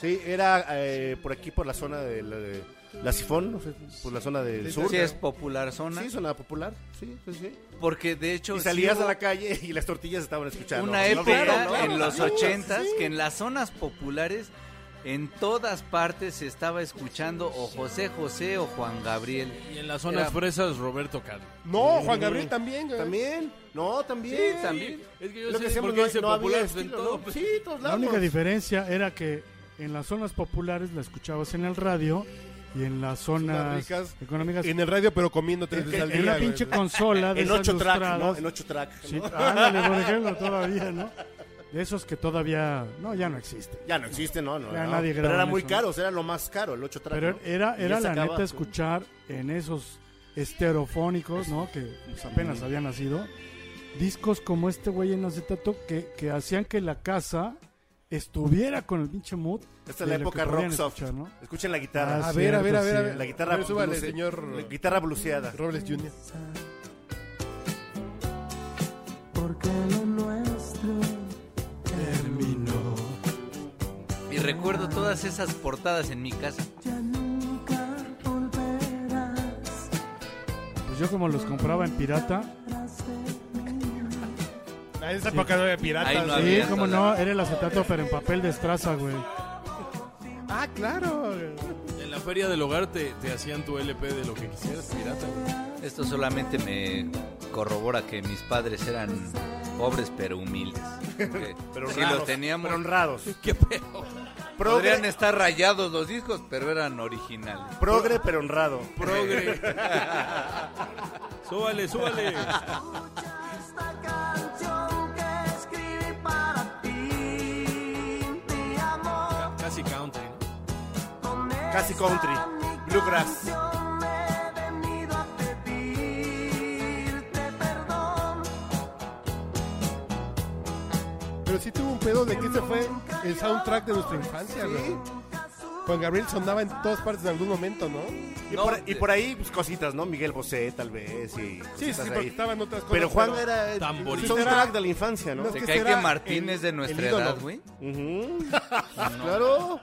Speaker 5: Sí, era eh, por aquí, por la zona de la, de la Sifón, no sé, por la zona del sur.
Speaker 1: Sí, es popular zona.
Speaker 5: Sí, zona popular. Sí, sí, sí.
Speaker 1: Porque de hecho.
Speaker 5: Y
Speaker 1: sí
Speaker 5: salías
Speaker 1: hubo
Speaker 5: a la calle y las tortillas estaban escuchando.
Speaker 1: "Oh". Una
Speaker 5: Lo
Speaker 1: época
Speaker 5: vieron, ¿no?
Speaker 1: en los
Speaker 5: Sí,
Speaker 1: ochentas
Speaker 5: sí.
Speaker 1: que en las zonas populares. En todas partes se estaba escuchando o José José o Juan Gabriel.
Speaker 6: Y en las zonas
Speaker 1: Era-
Speaker 6: fresas, Roberto Carlos.
Speaker 4: No, Juan Gabriel también, güey.
Speaker 5: También. No, también.
Speaker 1: Sí, también.
Speaker 6: Es que yo
Speaker 5: Lo que
Speaker 6: sé
Speaker 5: hacíamos
Speaker 6: por
Speaker 5: no,
Speaker 6: qué dice
Speaker 5: no había
Speaker 6: popular en
Speaker 5: estilo,
Speaker 6: todo.
Speaker 5: ¿no?
Speaker 6: pues,
Speaker 5: Sí, todos
Speaker 3: La
Speaker 5: lados.
Speaker 3: única diferencia era que en las zonas populares la escuchabas en el radio y en las zonas
Speaker 4: ricas.
Speaker 3: económicas
Speaker 4: En el radio, pero comiendo tres veces al
Speaker 3: en
Speaker 4: día.
Speaker 3: una
Speaker 4: güey.
Speaker 3: pinche consola de
Speaker 5: En
Speaker 3: esas
Speaker 5: ocho tracks, ¿no?
Speaker 3: lustradas.
Speaker 5: En ocho tracks.
Speaker 3: Sí, ándale, por ejemplo, todavía, ¿no? De esos que todavía, no, ya no existen.
Speaker 5: Ya no existe, no, no.
Speaker 3: Ya
Speaker 5: no.
Speaker 3: nadie
Speaker 5: Pero
Speaker 3: graba
Speaker 5: era
Speaker 3: en
Speaker 5: muy
Speaker 3: eso,
Speaker 5: caro, o sea, era lo más caro, el 8 track.
Speaker 3: Pero
Speaker 5: ¿no?
Speaker 3: era,
Speaker 5: Y
Speaker 3: era
Speaker 5: ya
Speaker 3: la
Speaker 5: sacaba
Speaker 3: neta
Speaker 5: su-
Speaker 3: escuchar en esos esterofónicos, ¿no? Que pues, apenas habían nacido. Discos como este güey en acetato que, que hacían que la casa estuviera con el pinche mood.
Speaker 5: Esta es
Speaker 3: de
Speaker 5: la
Speaker 3: lo que
Speaker 5: época rock
Speaker 3: podían
Speaker 5: soft.
Speaker 3: escuchar, ¿no?
Speaker 5: Escuchen la guitarra.
Speaker 3: Ah,
Speaker 4: A ver, a ver, a ver, a
Speaker 3: Cierto,
Speaker 4: ver.
Speaker 5: la guitarra
Speaker 4: A ver, súbale,
Speaker 5: bluce-
Speaker 4: señor
Speaker 5: la guitarra bluseada.
Speaker 4: Robles Jr.
Speaker 9: Porque lo nuestro
Speaker 3: Terminó.
Speaker 1: Y recuerdo todas esas portadas en mi casa.
Speaker 9: ya nunca
Speaker 3: Pues yo como los compraba en pirata,
Speaker 4: En esa época no había piratas.
Speaker 1: Ahí no
Speaker 5: Ah,
Speaker 4: ¿sí?
Speaker 3: sí,
Speaker 1: había.
Speaker 3: como no, era el acetato pero en papel de estraza, güey.
Speaker 4: Ah, claro.
Speaker 6: En la feria del hogar te, te hacían tu LP de lo que quisieras, pirata. güey.
Speaker 1: Esto solamente me corrobora que mis padres eran pobres pero humildes.
Speaker 5: Pero
Speaker 1: pero sí,
Speaker 5: honrados,
Speaker 1: los teníamos.
Speaker 5: pero honrados.
Speaker 6: Qué pedo.
Speaker 5: Progre,
Speaker 1: Podrían estar rayados los discos, pero eran originales.
Speaker 5: progre, pero honrado.
Speaker 6: Progre.
Speaker 8: Súbale, súbale.
Speaker 9: Esta canción que escribí para ti, te amo.
Speaker 8: Casi country, ¿no?
Speaker 9: Con
Speaker 5: Casi country. Bluegrass.
Speaker 9: Yo me he venido a pedirte perdón.
Speaker 4: Pero sí tuvo un pedo de que ese fue el soundtrack de nuestra infancia, güey. Juan Gabriel sonaba en todas partes en algún momento, ¿no?
Speaker 5: Y,
Speaker 1: No,
Speaker 5: por, y
Speaker 1: eh,
Speaker 5: por ahí pues, cositas, ¿no? Miguel Bosé, tal vez. Y
Speaker 4: Sí, sí,
Speaker 5: cositas
Speaker 4: porque
Speaker 5: ahí.
Speaker 4: estaban otras cosas.
Speaker 5: Pero Juan era el
Speaker 6: Tamborito.
Speaker 5: soundtrack de la infancia, ¿no?
Speaker 4: No,
Speaker 1: ¿Te
Speaker 4: que
Speaker 1: cae que
Speaker 4: será
Speaker 1: Martín
Speaker 4: el-
Speaker 1: es de
Speaker 4: el
Speaker 1: nuestra
Speaker 4: ídolo.
Speaker 1: edad, güey?
Speaker 5: Ujú. Claro.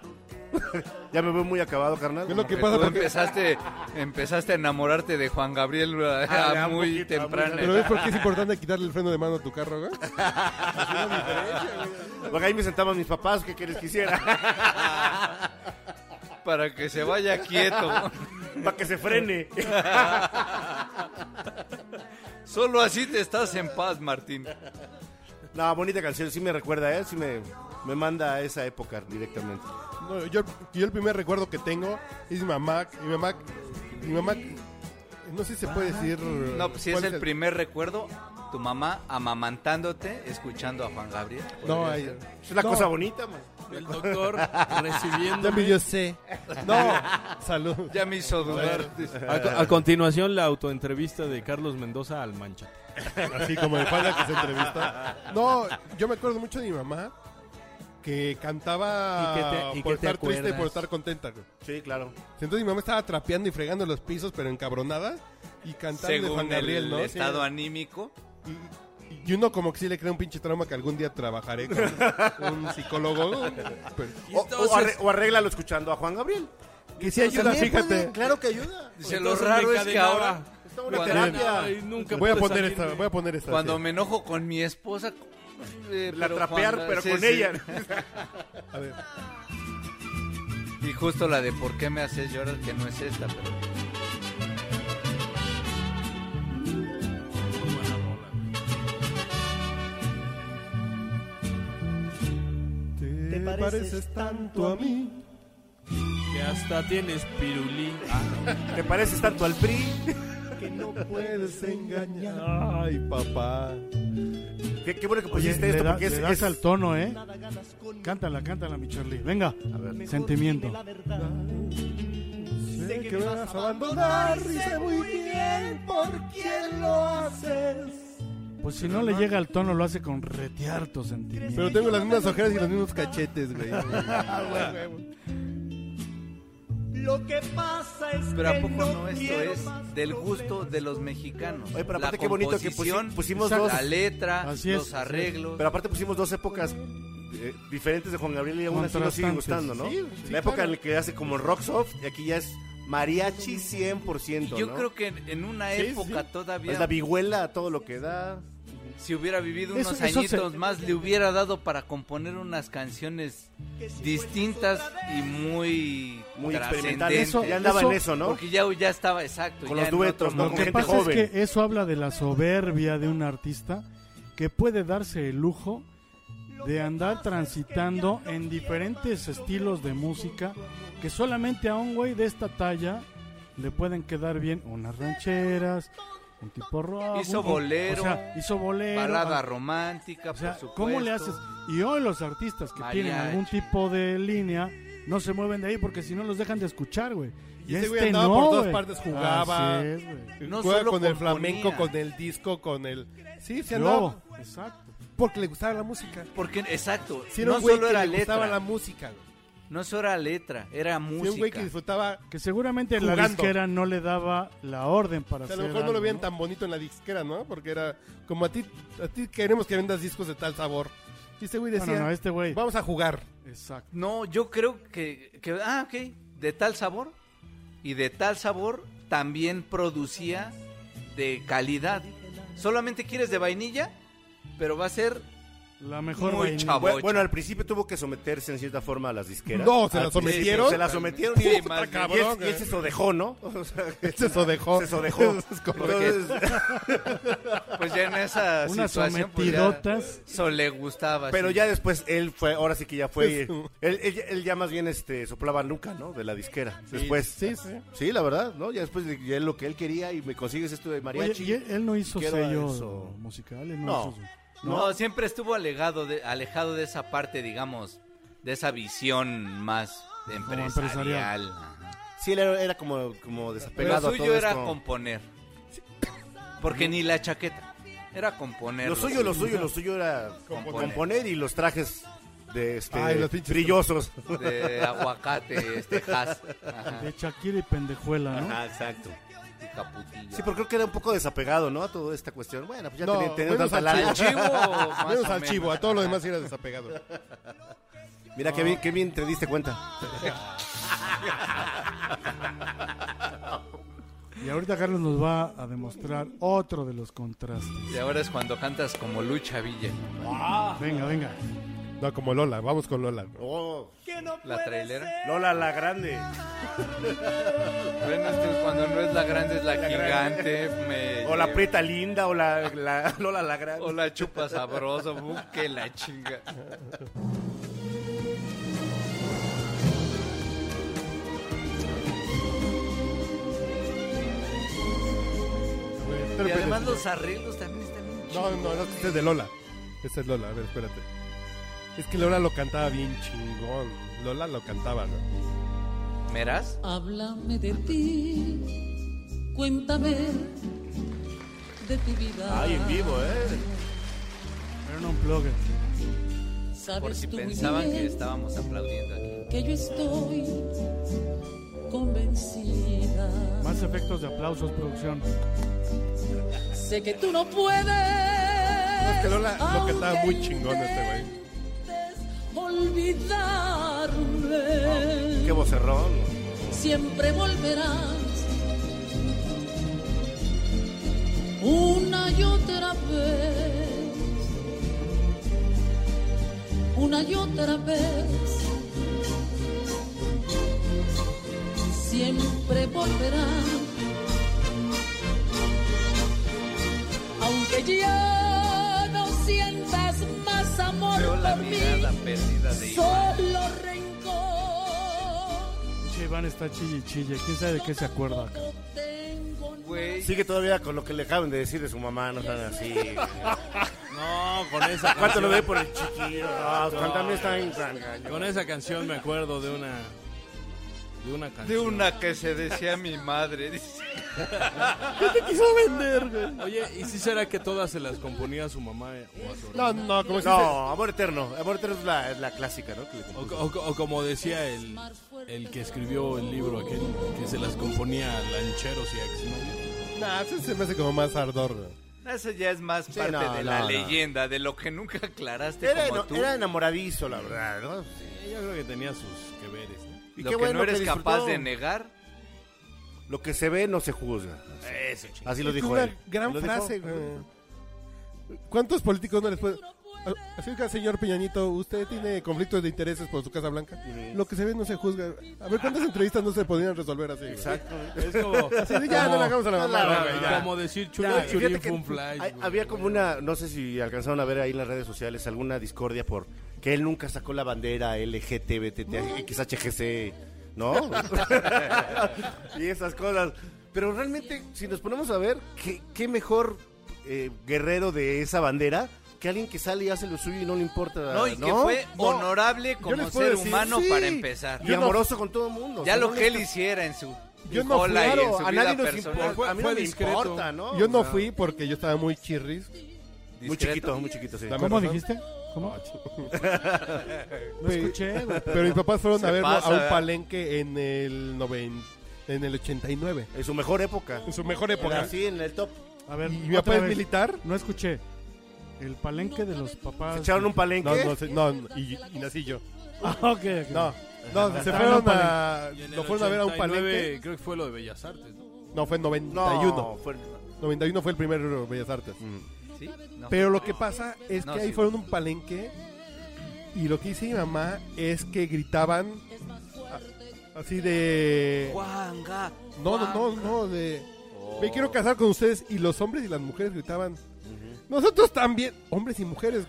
Speaker 5: ya me veo muy acabado, carnal.
Speaker 4: Es lo que
Speaker 1: Que
Speaker 4: pasa
Speaker 1: tú
Speaker 4: porque-
Speaker 1: empezaste, empezaste a enamorarte de Juan Gabriel a-
Speaker 5: Ah,
Speaker 1: a
Speaker 5: un
Speaker 1: muy
Speaker 5: poquito,
Speaker 1: temprana
Speaker 4: Pero
Speaker 1: edad.
Speaker 4: es porque es importante quitarle el freno de mano a tu carro, güey.
Speaker 5: Porque ahí me sentaban mis papás, ¿qué quieres que hiciera?
Speaker 1: para que se vaya quieto.
Speaker 5: Para que se frene.
Speaker 1: Solo así te estás en paz, Martín.
Speaker 5: No, bonita canción, sí me recuerda, ¿eh? Sí me, me manda a esa época directamente.
Speaker 4: No, yo, yo el primer recuerdo que tengo es mi mamá. Mi mamá. Mi mamá. No sé si se puede decir.
Speaker 1: No, pues si es
Speaker 4: cuál
Speaker 1: el primer recuerdo, tu mamá amamantándote, escuchando a Juan Gabriel.
Speaker 4: No, ahí.
Speaker 5: Es una
Speaker 4: No.
Speaker 5: cosa bonita, man.
Speaker 6: El doctor recibiendo.
Speaker 4: Ya me yo sé. No, salud.
Speaker 1: Ya me hizo dudar.
Speaker 6: A, a continuación, la autoentrevista de Carlos Mendoza al Mancha.
Speaker 4: Así como de falda que se entrevista. No, yo me acuerdo mucho de mi mamá que
Speaker 8: ¿Y qué
Speaker 4: cantaba
Speaker 8: te- y
Speaker 4: por
Speaker 8: qué te
Speaker 4: estar triste y por
Speaker 8: acuerdas?
Speaker 4: estar contenta. güey.
Speaker 5: Sí, claro.
Speaker 4: Entonces mi mamá estaba trapeando y fregando los pisos, pero encabronada. Y cantando de Juan
Speaker 1: Según
Speaker 4: Gabriel,
Speaker 1: el
Speaker 4: ¿no?
Speaker 1: estado
Speaker 4: Sí.
Speaker 1: anímico.
Speaker 4: Y, y uno como que sí le crea un pinche trauma que algún día trabajaré con un psicólogo. pero-
Speaker 5: O, o arre- o arréglalo escuchando a Juan Gabriel.
Speaker 4: que sí ayuda,
Speaker 5: También puede,
Speaker 4: fíjate.
Speaker 5: claro que ayuda.
Speaker 1: Dice, lo raro es que ahora,
Speaker 5: Está una
Speaker 1: Juan- eh,
Speaker 5: terapia.
Speaker 6: Ay, nunca
Speaker 4: Voy a
Speaker 6: pude
Speaker 4: poner
Speaker 6: salir
Speaker 4: esta,
Speaker 6: de-
Speaker 4: voy a poner esta.
Speaker 1: cuando
Speaker 4: sí.
Speaker 1: me enojo con mi esposa... eh,
Speaker 5: La
Speaker 1: pero
Speaker 5: trapear,
Speaker 1: cuando-
Speaker 5: pero
Speaker 1: sí,
Speaker 5: con
Speaker 1: sí.
Speaker 5: ella.
Speaker 4: A ver.
Speaker 1: Y justo la de por qué me haces llorar, que no es esta, pero...
Speaker 4: Te pareces tanto a mí.
Speaker 8: Que hasta tienes pirulí.
Speaker 5: ¿Te pareces tanto al PRI?
Speaker 4: Que no puedes engañar. Ay, papá.
Speaker 5: Qué, qué bueno que
Speaker 3: Oye,
Speaker 5: pusiste
Speaker 3: le,
Speaker 5: esto
Speaker 3: da-
Speaker 5: porque es,
Speaker 3: le das
Speaker 5: es-
Speaker 3: al tono, ¿eh? Cántala, cántala, mi Charlie. Venga, sentimiento.
Speaker 4: Sé que me vas a abandonar. Y sé muy bien por quién lo haces.
Speaker 3: Pues si no le llega al tono, lo hace con retierto sentimiento.
Speaker 4: Pero tengo las mismas ojeras y los mismos cachetes, güey. Ah.
Speaker 7: Lo que pasa es
Speaker 1: Pero a
Speaker 7: que
Speaker 1: poco
Speaker 7: no,
Speaker 1: no esto
Speaker 7: quiero
Speaker 1: es
Speaker 7: más
Speaker 1: del
Speaker 7: problemas.
Speaker 1: gusto de los mexicanos.
Speaker 5: Oye, pero
Speaker 1: La
Speaker 5: aparte qué bonito que pusi-
Speaker 1: composición,
Speaker 5: pusimos
Speaker 1: la
Speaker 5: dos.
Speaker 1: letra,
Speaker 3: Así es,
Speaker 1: los arreglos.
Speaker 5: Pero aparte pusimos dos épocas eh, diferentes de Juan Gabriel y aún así nos sigue gustando,
Speaker 3: Contrastantes.
Speaker 5: ¿no?
Speaker 4: Sí, sí,
Speaker 5: la época
Speaker 4: claro.
Speaker 5: en la que hace como rock soft y aquí ya es mariachi 100%,
Speaker 1: Yo
Speaker 5: ¿no?
Speaker 1: creo que en, en una
Speaker 4: Sí,
Speaker 1: época
Speaker 4: sí.
Speaker 5: Es
Speaker 1: todavía,
Speaker 5: la vihuela a todo lo que da.
Speaker 1: si hubiera vivido
Speaker 3: Eso-
Speaker 1: unos
Speaker 3: eso se-
Speaker 1: añitos más, le hubiera dado para componer unas canciones distintas y muy,
Speaker 5: Muy experimental.
Speaker 1: trascendentes.
Speaker 3: Eso-
Speaker 5: ya andaba
Speaker 3: eso-
Speaker 5: en eso, ¿no?
Speaker 1: Porque ya, ya estaba exacto.
Speaker 5: Con
Speaker 1: ya
Speaker 5: los
Speaker 1: en
Speaker 5: duetos,
Speaker 1: otro
Speaker 5: ¿no?
Speaker 3: Lo
Speaker 1: momento.
Speaker 5: Con
Speaker 3: que
Speaker 5: gente
Speaker 3: pasa
Speaker 5: joven.
Speaker 3: es que eso habla de la soberbia de un artista que puede darse el lujo de andar transitando en diferentes estilos de música que solamente a un güey de esta talla le pueden quedar bien unas rancheras, un tipo rock,
Speaker 1: Hizo
Speaker 3: un-
Speaker 1: bolero,
Speaker 3: o sea, hizo bolero,
Speaker 1: Balada
Speaker 3: ah,
Speaker 1: romántica,
Speaker 3: o sea,
Speaker 1: por supuesto.
Speaker 3: ¿cómo le haces? Y hoy los artistas que tienen
Speaker 1: Mariachi.
Speaker 3: algún tipo de línea no se mueven de ahí porque si no los dejan de escuchar, güey. este
Speaker 4: Y ese güey andaba por todas partes, jugaba.
Speaker 3: Así es, güey.
Speaker 1: No
Speaker 4: Juega
Speaker 1: solo
Speaker 4: con el
Speaker 1: componía.
Speaker 4: flamenco, con el disco, con el. Sí, se andaba.
Speaker 3: Yo, exacto.
Speaker 4: Porque le gustaba la música.
Speaker 1: Porque, exacto,
Speaker 4: Si era
Speaker 1: no
Speaker 4: un güey
Speaker 1: solo
Speaker 4: que
Speaker 1: era
Speaker 4: le gustaba
Speaker 1: letra,
Speaker 4: la música. güey.
Speaker 1: no solo era letra, era
Speaker 4: Si era un güey que
Speaker 1: música.
Speaker 4: disfrutaba.
Speaker 3: Que seguramente la
Speaker 4: Jugando.
Speaker 3: disquera no le daba la orden para
Speaker 4: O sea, a
Speaker 3: hacer
Speaker 4: lo mejor no lo
Speaker 3: algo,
Speaker 4: veían tan bonito en la disquera, ¿no? Porque era como a ti, a ti queremos que vendas discos de tal sabor. Y ese güey
Speaker 3: No,
Speaker 4: decía,
Speaker 3: no, no, este güey.
Speaker 4: vamos a jugar.
Speaker 3: Exacto.
Speaker 1: No, yo creo que, que- ah, ok, de tal sabor y de tal sabor también producía de calidad. Solamente quieres de vainilla, pero va a ser
Speaker 3: La mejor
Speaker 1: muy
Speaker 3: vainilla.
Speaker 1: chavo.
Speaker 5: Bu- Bueno, al principio tuvo que someterse en cierta forma a las disqueras.
Speaker 4: No, se la
Speaker 5: Al principio
Speaker 4: sometieron.
Speaker 5: Se la sometieron y,
Speaker 1: Sí,
Speaker 5: y
Speaker 1: más bien.
Speaker 4: cabrón,
Speaker 5: es- y ese sodejó, ¿no? O sea,
Speaker 4: Se sodejó.
Speaker 5: se sodejó.
Speaker 4: Oh. Eso es correcto.
Speaker 5: Entonces,
Speaker 1: Pues ya en esa
Speaker 3: Unas
Speaker 1: situación pues ya
Speaker 3: sometidotas.
Speaker 1: so le gustaba.
Speaker 5: pero
Speaker 1: sí.
Speaker 5: ya después él fue, ahora sí que ya fue. eh, Él, él- él ya más bien este, soplaba nuca, ¿no? De la disquera. Después.
Speaker 4: Sí, sí.
Speaker 5: Sí, la verdad, ¿no? Ya después de ya lo que él quería y me consigues esto de
Speaker 3: Oye,
Speaker 5: mariachi.
Speaker 3: y él, él no hizo
Speaker 5: Quiero
Speaker 3: sello
Speaker 5: eso.
Speaker 3: musical, él no,
Speaker 5: No.
Speaker 3: hizo-
Speaker 1: No, siempre estuvo alegado de, alejado de esa parte, digamos, de esa visión más
Speaker 3: empresarial.
Speaker 1: empresarial. Ajá.
Speaker 5: Sí, él era, era como, como
Speaker 1: Pero
Speaker 5: desapegado
Speaker 1: lo
Speaker 5: a todo
Speaker 1: suyo era
Speaker 5: esto.
Speaker 1: componer. Porque ni la chaqueta. Era componer.
Speaker 5: Lo suyo, lo suyo, lo suyo era
Speaker 1: Componer.
Speaker 5: componer y los trajes de este
Speaker 4: Ay, los pinches-
Speaker 5: brillosos.
Speaker 1: De aguacate, este jazz. Ajá,
Speaker 3: De Shakira y Pendejuela, ¿no?
Speaker 5: Ajá, exacto.
Speaker 1: y caputillo.
Speaker 5: Sí, pero creo que era un poco desapegado, ¿no? A toda esta cuestión. Bueno, pues ya
Speaker 4: No,
Speaker 5: tenía, tenía
Speaker 4: menos
Speaker 5: tanta
Speaker 4: al
Speaker 5: lana.
Speaker 1: Chivo, más
Speaker 4: Menos
Speaker 1: o
Speaker 4: al
Speaker 1: menos.
Speaker 4: chivo, a todo lo demás era desapegado.
Speaker 5: Mira, qué bien, qué bien te diste cuenta.
Speaker 3: Y ahorita Carlos nos va a demostrar otro de los contrastes.
Speaker 1: Y ahora es cuando cantas como Lucha Villa.
Speaker 3: Venga, venga.
Speaker 4: No, como Lola, vamos con Lola.
Speaker 5: Oh,
Speaker 1: La trailera.
Speaker 5: Lola la grande.
Speaker 1: Bueno, es que cuando no es la grande, es la, gigante. me
Speaker 5: O la
Speaker 1: lleva.
Speaker 5: prieta linda, o la, la- Lola la grande.
Speaker 1: Hola chupa sabroso, uh, que la chinga. Y además los arreglos también están bien
Speaker 4: No, no, no, este es de Lola. Este es Lola, a ver, espérate. Es que Lola lo cantaba bien chingón. Lola lo cantaba, ¿no?
Speaker 1: chidos. ¿Meras?
Speaker 10: Háblame de ti, cuéntame de tu vida.
Speaker 5: Ay, en vivo, ¿eh?
Speaker 3: Era un blogger.
Speaker 10: Sabes
Speaker 1: Por si
Speaker 10: tú muy
Speaker 1: pensaban
Speaker 10: bien
Speaker 1: que estábamos aplaudiendo aquí.
Speaker 10: que yo estoy convencida.
Speaker 3: Más efectos de aplausos, producción.
Speaker 10: Sé que tú no puedes.
Speaker 4: es que Lola lo cantaba muy
Speaker 10: aunque
Speaker 4: chingón este güey.
Speaker 10: intentes
Speaker 4: Ah,
Speaker 10: Olvidarme.
Speaker 5: Qué vocerrón.
Speaker 10: siempre volverás una y otra vez, una y otra vez, siempre volverás, aunque ya no sientas más amor
Speaker 1: Veo la
Speaker 10: por mí,
Speaker 1: mirada perdida de Iván.
Speaker 10: solo rencor.
Speaker 3: Che, Iván está chille y chille. ¿Quién sabe de qué se acuerda acá?
Speaker 1: Güey,
Speaker 5: Sigue todavía con lo que le acaban de decir de su mamá, no sean así.
Speaker 6: No, con esa
Speaker 5: ¿Cuánto lo
Speaker 6: canción,
Speaker 5: doy por el chiquillo? No, también está en
Speaker 6: con esa canción me acuerdo de una de una
Speaker 1: de
Speaker 6: canción.
Speaker 1: una que se decía mi madre. dice.
Speaker 6: Oye, ¿y si será que todas se las componía a su mamá eh, o a su
Speaker 4: No,
Speaker 6: hermana?
Speaker 4: no, como si
Speaker 5: No, amor eterno. Amor eterno es la, es la clásica, ¿no? Que le
Speaker 6: O,
Speaker 5: compuso.
Speaker 6: o- o como decía el, el que escribió el libro aquel, que se las componía a lancheros y a exnovios.
Speaker 4: Nah, ese se me hace como más ardor. ¿no?
Speaker 1: Eso ya es más parte
Speaker 5: no,
Speaker 1: de
Speaker 5: no,
Speaker 1: la
Speaker 5: no.
Speaker 1: leyenda, de lo que nunca aclaraste
Speaker 5: Era,
Speaker 1: como
Speaker 5: eno-
Speaker 1: tú.
Speaker 5: era enamoradizo, la verdad, ¿no?
Speaker 6: Eh, Yo creo que tenía sus que veres. ¿no?
Speaker 5: Y
Speaker 1: lo
Speaker 5: qué
Speaker 1: que
Speaker 5: bueno
Speaker 1: no eres
Speaker 5: que
Speaker 1: capaz
Speaker 5: disfrutó.
Speaker 1: de negar.
Speaker 5: Lo que se ve no se juzga.
Speaker 6: Eso, chingada.
Speaker 5: Así lo
Speaker 4: Es
Speaker 5: dijo
Speaker 4: una
Speaker 5: él.
Speaker 4: gran
Speaker 5: Lo dijo.
Speaker 4: frase, güey. ¿Cuántos políticos no les puede...? A- Así que, señor Peñanito, ¿usted tiene conflictos de intereses por su Casa Blanca? Lo que se ve no se juzga. A ver, ¿cuántas entrevistas no se podrían resolver así? güey?
Speaker 5: Exacto.
Speaker 6: Es como,
Speaker 4: Así, ya, no le hagamos a la
Speaker 5: No,
Speaker 4: mamá.
Speaker 5: la-
Speaker 4: güey,
Speaker 5: la-
Speaker 4: ya.
Speaker 6: como decir
Speaker 5: Ya,
Speaker 6: chulo,
Speaker 5: y
Speaker 6: churín,
Speaker 5: fíjate que
Speaker 6: fun fly.
Speaker 5: hay-
Speaker 6: güey.
Speaker 5: había como una, no sé si alcanzaron a ver ahí en las redes sociales alguna discordia por que él nunca sacó la bandera LGTBTTXHGC, ¿no? y esas cosas. Pero realmente, si nos ponemos a ver, qué, qué mejor eh, guerrero de esa bandera que alguien que sale y hace lo suyo y Eh, no le importa.
Speaker 1: No, y que fue
Speaker 4: no.
Speaker 1: honorable
Speaker 4: Yo
Speaker 1: como
Speaker 4: les puedo
Speaker 1: ser
Speaker 4: decir,
Speaker 1: humano
Speaker 4: sí.
Speaker 1: para empezar.
Speaker 5: Y amoroso con todo el mundo.
Speaker 1: Ya
Speaker 5: O sea,
Speaker 1: lo
Speaker 5: no
Speaker 1: que
Speaker 5: le-
Speaker 1: él hiciera en su
Speaker 4: Yo no fui,
Speaker 1: cola y en
Speaker 4: claro,
Speaker 1: su
Speaker 5: a
Speaker 1: vida
Speaker 5: nadie nos
Speaker 1: personal.
Speaker 5: importa, a mí
Speaker 6: Fue
Speaker 5: no me
Speaker 6: discreto.
Speaker 5: importa, ¿no?
Speaker 4: Yo
Speaker 5: O
Speaker 4: no
Speaker 5: sea,
Speaker 4: fui porque yo estaba muy chirris.
Speaker 5: Muy
Speaker 1: discreto.
Speaker 5: chiquito, muy chiquito, sí.
Speaker 4: Dame
Speaker 3: ¿Cómo
Speaker 4: razón.
Speaker 3: dijiste? ¿Cómo? No escuché, güey.
Speaker 4: Pero mis papás fueron
Speaker 1: Se
Speaker 4: a verlo
Speaker 1: pasa,
Speaker 4: a un
Speaker 1: ¿verdad?
Speaker 4: palenque en el noven- en el 89.
Speaker 5: En su mejor época.
Speaker 4: En su mejor
Speaker 5: Era
Speaker 4: época.
Speaker 5: así, en el top.
Speaker 3: A ver,
Speaker 4: Y mi
Speaker 3: otra
Speaker 4: papá es
Speaker 3: vez.
Speaker 4: militar.
Speaker 3: No escuché. El palenque de los papás.
Speaker 5: Se echaron un palenque.
Speaker 4: No, no, sé, no, y, y nací yo.
Speaker 3: Ah, ok, ok.
Speaker 4: No, no, se
Speaker 3: Ah,
Speaker 4: fueron
Speaker 3: no,
Speaker 4: a.
Speaker 6: Y en el
Speaker 4: Lo fueron a ver a un
Speaker 6: 89,
Speaker 4: palenque.
Speaker 6: Creo que fue lo de Bellas Artes. ¿no?
Speaker 4: No, fue en
Speaker 5: No,
Speaker 4: 91.
Speaker 5: fue-
Speaker 4: 91 fue el primer Bellas Artes.
Speaker 1: ¿Sí? No.
Speaker 4: Pero lo que pasa es
Speaker 1: Mm. No,
Speaker 4: que ahí
Speaker 1: sí.
Speaker 4: fueron un palenque y lo que hice mi mamá es que gritaban a- así de...
Speaker 1: Juanga. Oh.
Speaker 4: No, no, no, no, de... Me quiero casar con ustedes y los hombres y las mujeres gritaban. Nosotros también, hombres y mujeres.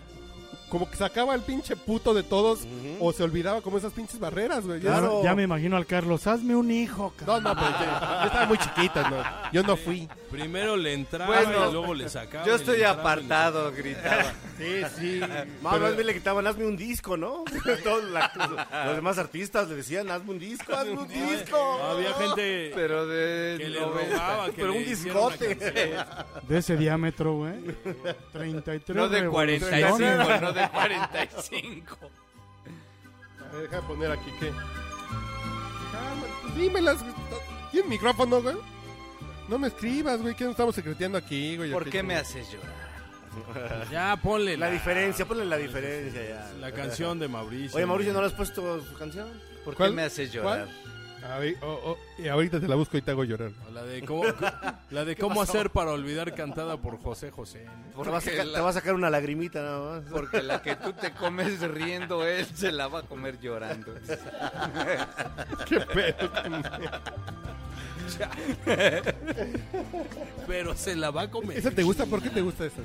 Speaker 4: Como que sacaba el pinche puto de todos o se olvidaba como esas pinches barreras, güey. Ya-
Speaker 5: Claro.
Speaker 3: Ya me imagino al Carlos, hazme un hijo, ca-".
Speaker 4: No, no, pero yo, yo estaba muy chiquita, no, yo no fui.
Speaker 8: Primero le entraba
Speaker 1: Bueno,
Speaker 8: y luego le sacaba.
Speaker 1: Yo
Speaker 8: y
Speaker 1: estoy
Speaker 8: le entraba y le
Speaker 1: apartado, gritaba.
Speaker 5: Sí, sí. Más bien le gritaban, hazme un disco, ¿no? Todos la- los demás artistas le decían, hazme un disco, hazme un disco.
Speaker 8: sacaba. Había gente
Speaker 1: Pero de.
Speaker 8: que le
Speaker 1: 90.
Speaker 8: rogaba que
Speaker 5: Pero
Speaker 8: le
Speaker 5: un
Speaker 8: hiciera una
Speaker 5: discote.
Speaker 8: canción.
Speaker 3: de ese diámetro, güey. 33
Speaker 1: No de
Speaker 3: revoluciones.
Speaker 1: 45, no de 45.
Speaker 4: A ver, Deja de poner aquí que. Dímelas. güey. ¿Tienes micrófono, güey? No me escribas, güey. ¿Qué nos estamos secreteando aquí, güey?
Speaker 1: ¿Por
Speaker 4: Aquí,
Speaker 1: qué me
Speaker 4: güey.
Speaker 1: haces llorar?
Speaker 8: Ya, ponle
Speaker 5: La
Speaker 8: la,
Speaker 5: diferencia, ponle la diferencia ya.
Speaker 8: la canción de Mauricio.
Speaker 5: Oye, Mauricio, ¿no le has puesto su canción?
Speaker 1: ¿Por
Speaker 4: ¿Cuál?
Speaker 1: qué me haces llorar?
Speaker 4: A ver, oh, oh, y ahorita te la busco y te hago llorar.
Speaker 8: O La de cómo, la de cómo hacer para olvidar cantada por José José. ¿no?
Speaker 5: Te va, a
Speaker 1: Porque
Speaker 5: sacar, te
Speaker 1: la,
Speaker 5: va a sacar una lagrimita nada más.
Speaker 1: porque la que tú te comes riendo, él se la va a comer llorando.
Speaker 8: Pero se la va a comer.
Speaker 4: ¿Esa te gusta? ¿Por qué te gusta esa?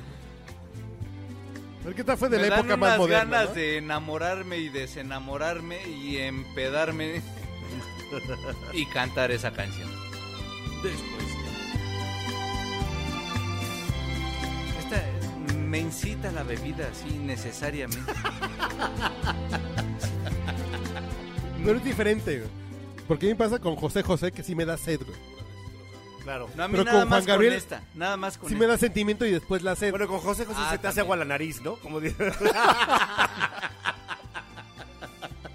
Speaker 4: ¿Qué tal fue de
Speaker 1: me
Speaker 4: la época
Speaker 1: dan
Speaker 4: más
Speaker 1: unas
Speaker 4: moderna?
Speaker 1: ganas
Speaker 4: ¿no?
Speaker 1: de enamorarme y desenamorarme y empedarme y cantar esa canción.
Speaker 8: Después.
Speaker 1: Esta es- me incita la bebida así necesariamente.
Speaker 4: Pero es diferente, güey. Porque a mí me pasa con José José que sí me da sed, güey.
Speaker 5: Claro.
Speaker 1: No, a mí
Speaker 4: Pero
Speaker 1: nada
Speaker 4: con
Speaker 1: más
Speaker 4: Juan Gabriel-
Speaker 1: con esta, nada más con
Speaker 4: Sí me
Speaker 1: esta.
Speaker 4: da sentimiento y después la sed.
Speaker 5: Bueno, con José José
Speaker 1: Ah,
Speaker 5: se te hace
Speaker 1: también.
Speaker 5: agua la nariz, ¿no? Como dice.